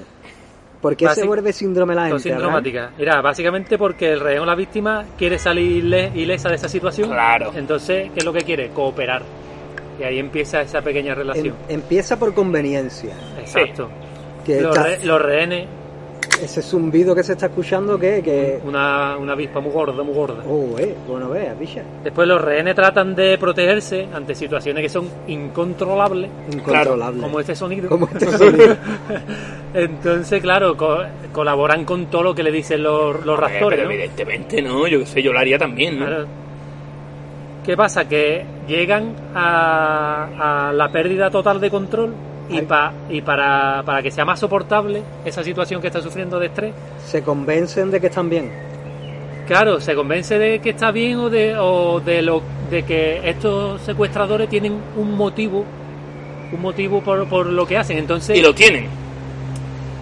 Speaker 1: ¿Por qué se
Speaker 2: Básico-
Speaker 1: vuelve síndrome la
Speaker 2: Son
Speaker 1: gente? Abraham?
Speaker 2: sindromáticas. Mira, básicamente porque el rehén o la víctima quiere salir ile- ilesa de esa situación.
Speaker 3: Claro.
Speaker 2: Entonces, ¿qué es lo que quiere? Cooperar. Y ahí empieza esa pequeña
Speaker 1: Em-
Speaker 2: relación.
Speaker 1: empieza por conveniencia.
Speaker 2: Exacto.
Speaker 1: Que
Speaker 2: Los,
Speaker 1: está-
Speaker 2: re- los rehenes,
Speaker 1: ese zumbido que se está escuchando que... que
Speaker 2: una, una avispa muy gorda, muy gorda.
Speaker 1: oh, eh, bueno, veas, picha.
Speaker 2: Después los rehenes tratan de protegerse ante situaciones que son incontrolables,
Speaker 1: Incontrolable.
Speaker 2: como este sonido.
Speaker 1: Como este sonido.
Speaker 2: Entonces, claro, co- colaboran con todo lo que le dicen los, los
Speaker 3: Eh,
Speaker 2: raptores.
Speaker 3: pero
Speaker 2: ¿no?
Speaker 3: evidentemente no, yo qué sé, yo lo haría también, ¿no?
Speaker 2: Claro. ¿Qué pasa? Que llegan a, a la pérdida total de control Y, pa- y para, para que sea más soportable esa situación que está sufriendo de estrés,
Speaker 1: Se convencen de que están bien.
Speaker 2: claro, se convence de que está bien o de, o de, lo, de que estos secuestradores tienen un motivo, un motivo por, por lo que hacen. Entonces,
Speaker 3: Y lo tienen.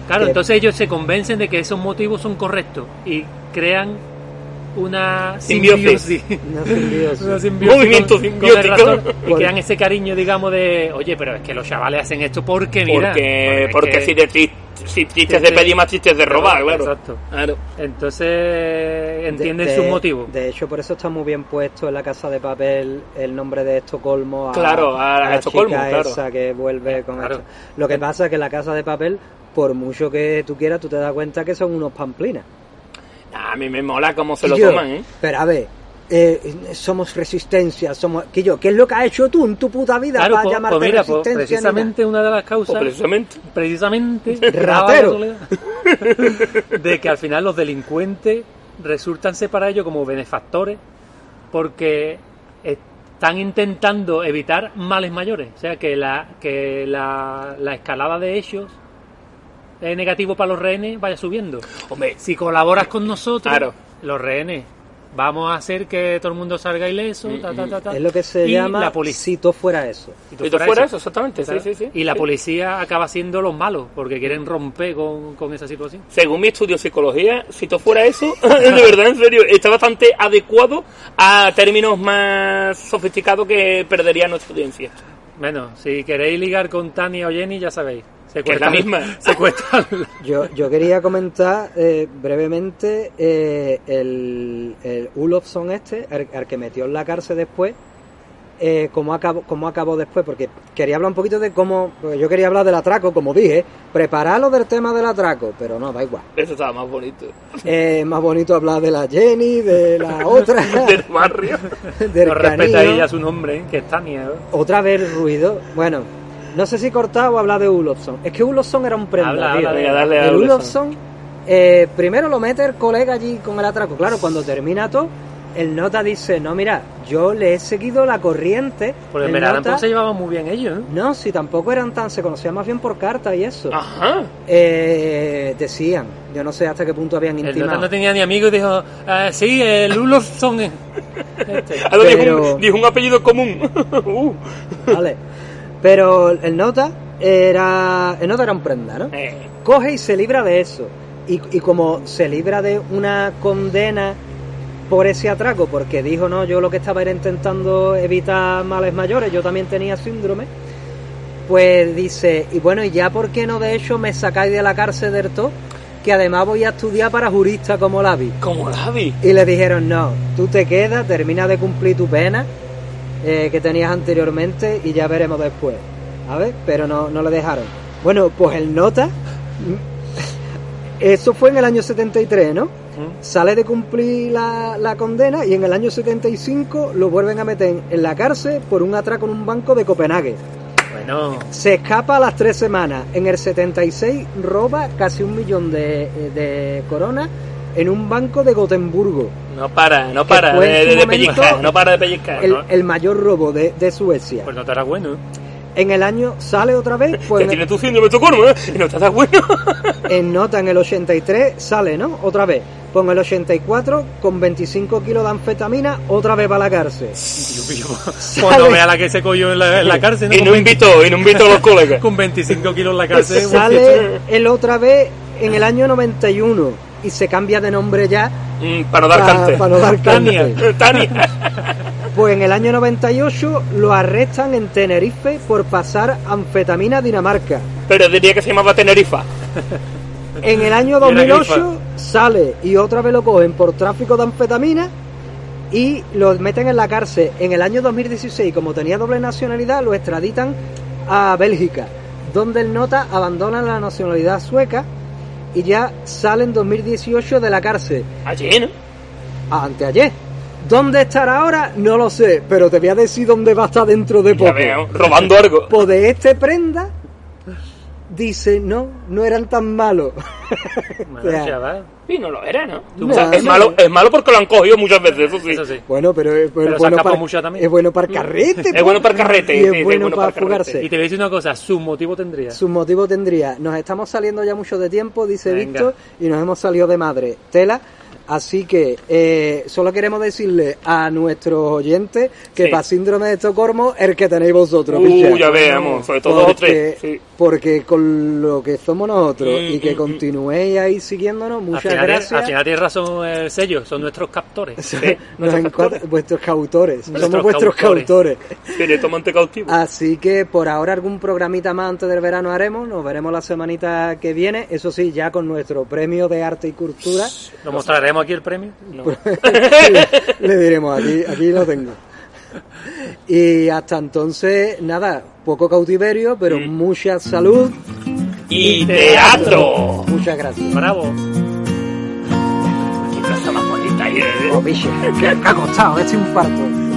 Speaker 2: Claro,
Speaker 1: Que-
Speaker 2: entonces ellos se convencen de que esos motivos son correctos y crean una
Speaker 3: Simbiosis.
Speaker 2: simbiosis.
Speaker 1: No sin Dios.
Speaker 2: Una simbiosis
Speaker 3: Movimiento
Speaker 2: con- con el
Speaker 3: simbiótico.
Speaker 2: ratón y
Speaker 1: Por-
Speaker 2: crean ese cariño, digamos, de oye, pero es que los chavales hacen esto porque, mira.
Speaker 3: Porque,
Speaker 2: es
Speaker 3: porque
Speaker 2: que-
Speaker 3: si, de tri- si tristes de pedir, más tristes de robar, claro.
Speaker 2: Exacto.
Speaker 3: Claro.
Speaker 2: Entonces
Speaker 1: De-
Speaker 2: entienden
Speaker 1: de-
Speaker 2: sus motivos.
Speaker 1: De hecho, por eso está muy bien puesto en la casa de papel el nombre de Estocolmo. A,
Speaker 3: Claro, a- a
Speaker 1: la
Speaker 3: Estocolmo,
Speaker 1: chica
Speaker 3: claro.
Speaker 1: esa que vuelve con
Speaker 2: Claro.
Speaker 1: esto. Lo que pasa es que la casa de papel, por mucho que tú quieras, tú te das cuenta que son unos pamplinas.
Speaker 3: A mí me mola cómo se lo
Speaker 1: Quillo,
Speaker 3: toman, ¿eh?
Speaker 1: Pero a ver, eh, somos resistencia, somos. Quillo, ¿qué es lo que has hecho tú en tu puta vida
Speaker 2: Claro,
Speaker 1: para
Speaker 2: pues-
Speaker 1: llamarte
Speaker 2: pues mira, pues,
Speaker 1: resistencia? ni
Speaker 2: precisamente una de las causas
Speaker 3: Pues precisamente.
Speaker 2: precisamente
Speaker 1: Ratero.
Speaker 2: de que al final los delincuentes resultanse para ello como benefactores porque están intentando evitar males mayores o sea que la que la, la escalada de hechos es negativo para los rehenes vaya subiendo
Speaker 3: Hombre,
Speaker 2: si colaboras con nosotros
Speaker 3: Claro.
Speaker 2: los rehenes vamos a hacer que todo el mundo salga ileso ta, ta, ta, ta.
Speaker 1: nada? Mm, Es lo que se
Speaker 2: Y
Speaker 1: llama
Speaker 2: la policía
Speaker 1: si tú fuera eso.
Speaker 2: si
Speaker 3: si tú fuera eso, exactamente. Sí,
Speaker 2: Claro.
Speaker 3: sí, sí.
Speaker 2: Y la policía acaba siendo los malos, porque quieren romper con, con esa situación.
Speaker 3: Según mi estudio de psicología, si tú fuera eso, de verdad, en serio, está bastante adecuado a términos más sofisticados que perdería nuestra audiencia.
Speaker 2: Bueno, si queréis ligar con Tania o Jenny, ya sabéis.
Speaker 3: Que es la
Speaker 2: Secuestran,
Speaker 3: misma.
Speaker 2: secuestran la-
Speaker 1: Yo, yo quería comentar eh, brevemente eh, el, el Ulofson este, al, al que metió en la cárcel después, eh, cómo, acabó, cómo acabó después, porque quería hablar un poquito de cómo, porque yo quería hablar del atraco, como dije, prepararlo del tema del atraco, pero no, da igual.
Speaker 3: Eso estaba más bonito.
Speaker 1: Eh, más bonito hablar de la Jenny, de la otra,
Speaker 3: Del barrio.
Speaker 1: del canillo.
Speaker 2: No respetaría ya su nombre, ¿eh? que es Tania. ¿eh?
Speaker 1: Otra vez el ruido, bueno... No sé si cortar o hablar de Ulofson. Es que Ulofson era un prenda, tío.
Speaker 2: Habla, habla de-
Speaker 3: Venga, dale a
Speaker 1: el
Speaker 3: Ulefson.
Speaker 1: Ulofson, eh, primero lo mete el colega allí con el atraco. Claro, cuando termina todo, el nota dice, no, mira, yo le he seguido la corriente.
Speaker 2: Porque en
Speaker 1: El
Speaker 2: verdad
Speaker 1: nota-
Speaker 2: tampoco pues se llevaban muy bien ellos. ¿eh?
Speaker 1: No, si tampoco eran tan, se conocían más bien por carta y eso.
Speaker 3: Ajá.
Speaker 1: Eh, decían, yo no sé hasta qué punto habían
Speaker 2: El nota
Speaker 1: intimado.
Speaker 2: no tenía ni amigos y dijo, "Ah, sí, el Ulofson. es". Este.
Speaker 3: Ahora dijo un- dijo,
Speaker 1: Pero-
Speaker 3: un, apellido común. Uh.
Speaker 1: Vale. Pero el nota era, el nota era un prenda, ¿no?
Speaker 3: Eh,
Speaker 1: coge y se libra de eso. Y, y como se libra de una condena por ese atraco, porque dijo, no, yo lo que estaba era intentando evitar males mayores, yo también tenía síndrome, pues dice, y bueno, ¿y ya por qué no de hecho me sacáis de la cárcel del todo? Que además voy a estudiar para jurista como Lavi.
Speaker 3: como David.
Speaker 1: Y le dijeron, no, tú te quedas, termina de cumplir tu pena eh, que tenías anteriormente y ya veremos después. A ver, pero no, no le dejaron. Bueno, pues el nota, eso fue en el año 73, ¿no?
Speaker 2: ¿Mm?
Speaker 1: Sale de cumplir la, la condena y en el año 75 lo vuelven a meter en la cárcel por un atraco en un banco de Copenhague.
Speaker 2: Bueno,
Speaker 1: Se escapa a las tres semanas. En el 76 roba casi un millón de, eh, de coronas en un banco de Gotemburgo.
Speaker 3: No para, no para
Speaker 1: fue
Speaker 3: de,
Speaker 1: en su
Speaker 3: de- de
Speaker 1: momento-
Speaker 3: pellizcar, no para de pellizcar.
Speaker 1: el,
Speaker 3: ¿no?
Speaker 1: el mayor robo de, de Suecia.
Speaker 2: pues no estará bueno. ¿eh?
Speaker 1: En el año sale otra vez,
Speaker 3: Que
Speaker 1: pues
Speaker 3: tiene
Speaker 1: en,
Speaker 3: tu síndrome de Estocolmo, ¿eh? Y no estás tan bueno.
Speaker 1: en nota en el 83 sale, ¿no? Otra vez. Pues en el 84 con 25 kilos de anfetamina, otra vez para la cárcel.
Speaker 2: Dios mío, Cuando vea la que se cogió en la, en la cárcel, ¿no?
Speaker 3: Y no invito, y no invito a los colegas.
Speaker 2: con 25 kilos en la cárcel. ¿eh?
Speaker 1: Sale él otra vez en el año 91 y se cambia de nombre ya
Speaker 3: Mm, para dar
Speaker 1: para,
Speaker 3: cante.
Speaker 1: Ah, para no dar
Speaker 2: Tania.
Speaker 1: cáncer.
Speaker 3: Tania.
Speaker 1: Pues en el año 98 lo arrestan en Tenerife por pasar anfetamina a Dinamarca.
Speaker 3: Pero diría que se llamaba Tenerifa.
Speaker 1: En el año
Speaker 2: Y era
Speaker 1: 2008 sale y otra vez lo cogen por tráfico de anfetamina y lo meten en la cárcel. En el año 2016, como tenía doble nacionalidad, lo extraditan a Bélgica, donde el nota abandona la nacionalidad sueca y ya sale en 2018 de la cárcel, Ah,
Speaker 3: Allí, ¿no?
Speaker 1: anteayer. ¿Dónde estará ahora? No lo sé, pero te voy a decir dónde va a estar dentro de
Speaker 3: Ya
Speaker 1: poco.
Speaker 3: veo, robando algo.
Speaker 1: Pues de este prenda dice, no, no eran tan malos.
Speaker 2: Bueno, pues,
Speaker 1: Ya.
Speaker 2: chaval.
Speaker 3: Y no lo era, ¿no?
Speaker 2: Tú-
Speaker 3: O sea,
Speaker 1: No,
Speaker 3: es,
Speaker 1: no.
Speaker 3: malo, es malo porque lo han cogido muchas veces, eso sí.
Speaker 2: Eso sí.
Speaker 1: Bueno, pero es bueno,
Speaker 2: Pero se
Speaker 1: bueno
Speaker 2: escapa
Speaker 1: para-
Speaker 2: mucho también.
Speaker 1: Es bueno para el carrete.
Speaker 3: Mm.
Speaker 1: pues.
Speaker 3: Es bueno para el carrete,
Speaker 1: Y
Speaker 3: sí,
Speaker 1: es
Speaker 3: sí, es
Speaker 1: bueno para
Speaker 3: bueno para el carrete.
Speaker 1: fugarse.
Speaker 2: Y te voy a decir una cosa, su motivo tendría.
Speaker 1: Su motivo tendría. Nos estamos saliendo ya mucho de tiempo, dice
Speaker 2: Venga.
Speaker 1: Víctor, y nos hemos salido de madre. Tela. Así que eh, solo queremos decirle a nuestros oyentes que
Speaker 2: Sí.
Speaker 1: para síndrome de Estocolmo el que tenéis vosotros.
Speaker 3: Uh,
Speaker 1: pichar.
Speaker 3: ya veamos, sobre todo dos o tres. Sí.
Speaker 1: porque con lo que somos nosotros
Speaker 3: Mm,
Speaker 1: y que
Speaker 3: mm,
Speaker 1: continuéis ahí siguiéndonos,
Speaker 2: al,
Speaker 1: muchas
Speaker 2: final,
Speaker 1: gracias.
Speaker 2: al final tienes razón el sello, son nuestros captores.
Speaker 1: Nos
Speaker 3: nuestros
Speaker 1: encuentra- vuestros cautores, somos
Speaker 2: Nuestros
Speaker 1: vuestros
Speaker 2: cautores.
Speaker 1: cautores.
Speaker 3: Que le toman te cautivo.
Speaker 1: Así que por ahora algún programita más antes del verano haremos, nos veremos la semanita que viene, eso sí, ya con nuestro premio de arte y cultura,
Speaker 2: ¿Lo mostraremos aquí el premio?
Speaker 3: No.
Speaker 1: Pues le diremos, aquí, aquí lo tengo. Y hasta entonces, nada, poco cautiverio, pero mucha salud,
Speaker 3: ¡Y teatro!
Speaker 1: muchas gracias.
Speaker 2: ¡Bravo!
Speaker 3: ¡Qué cosa más bonita! eh.
Speaker 1: Oh, biche, que, que ha costado este infarto.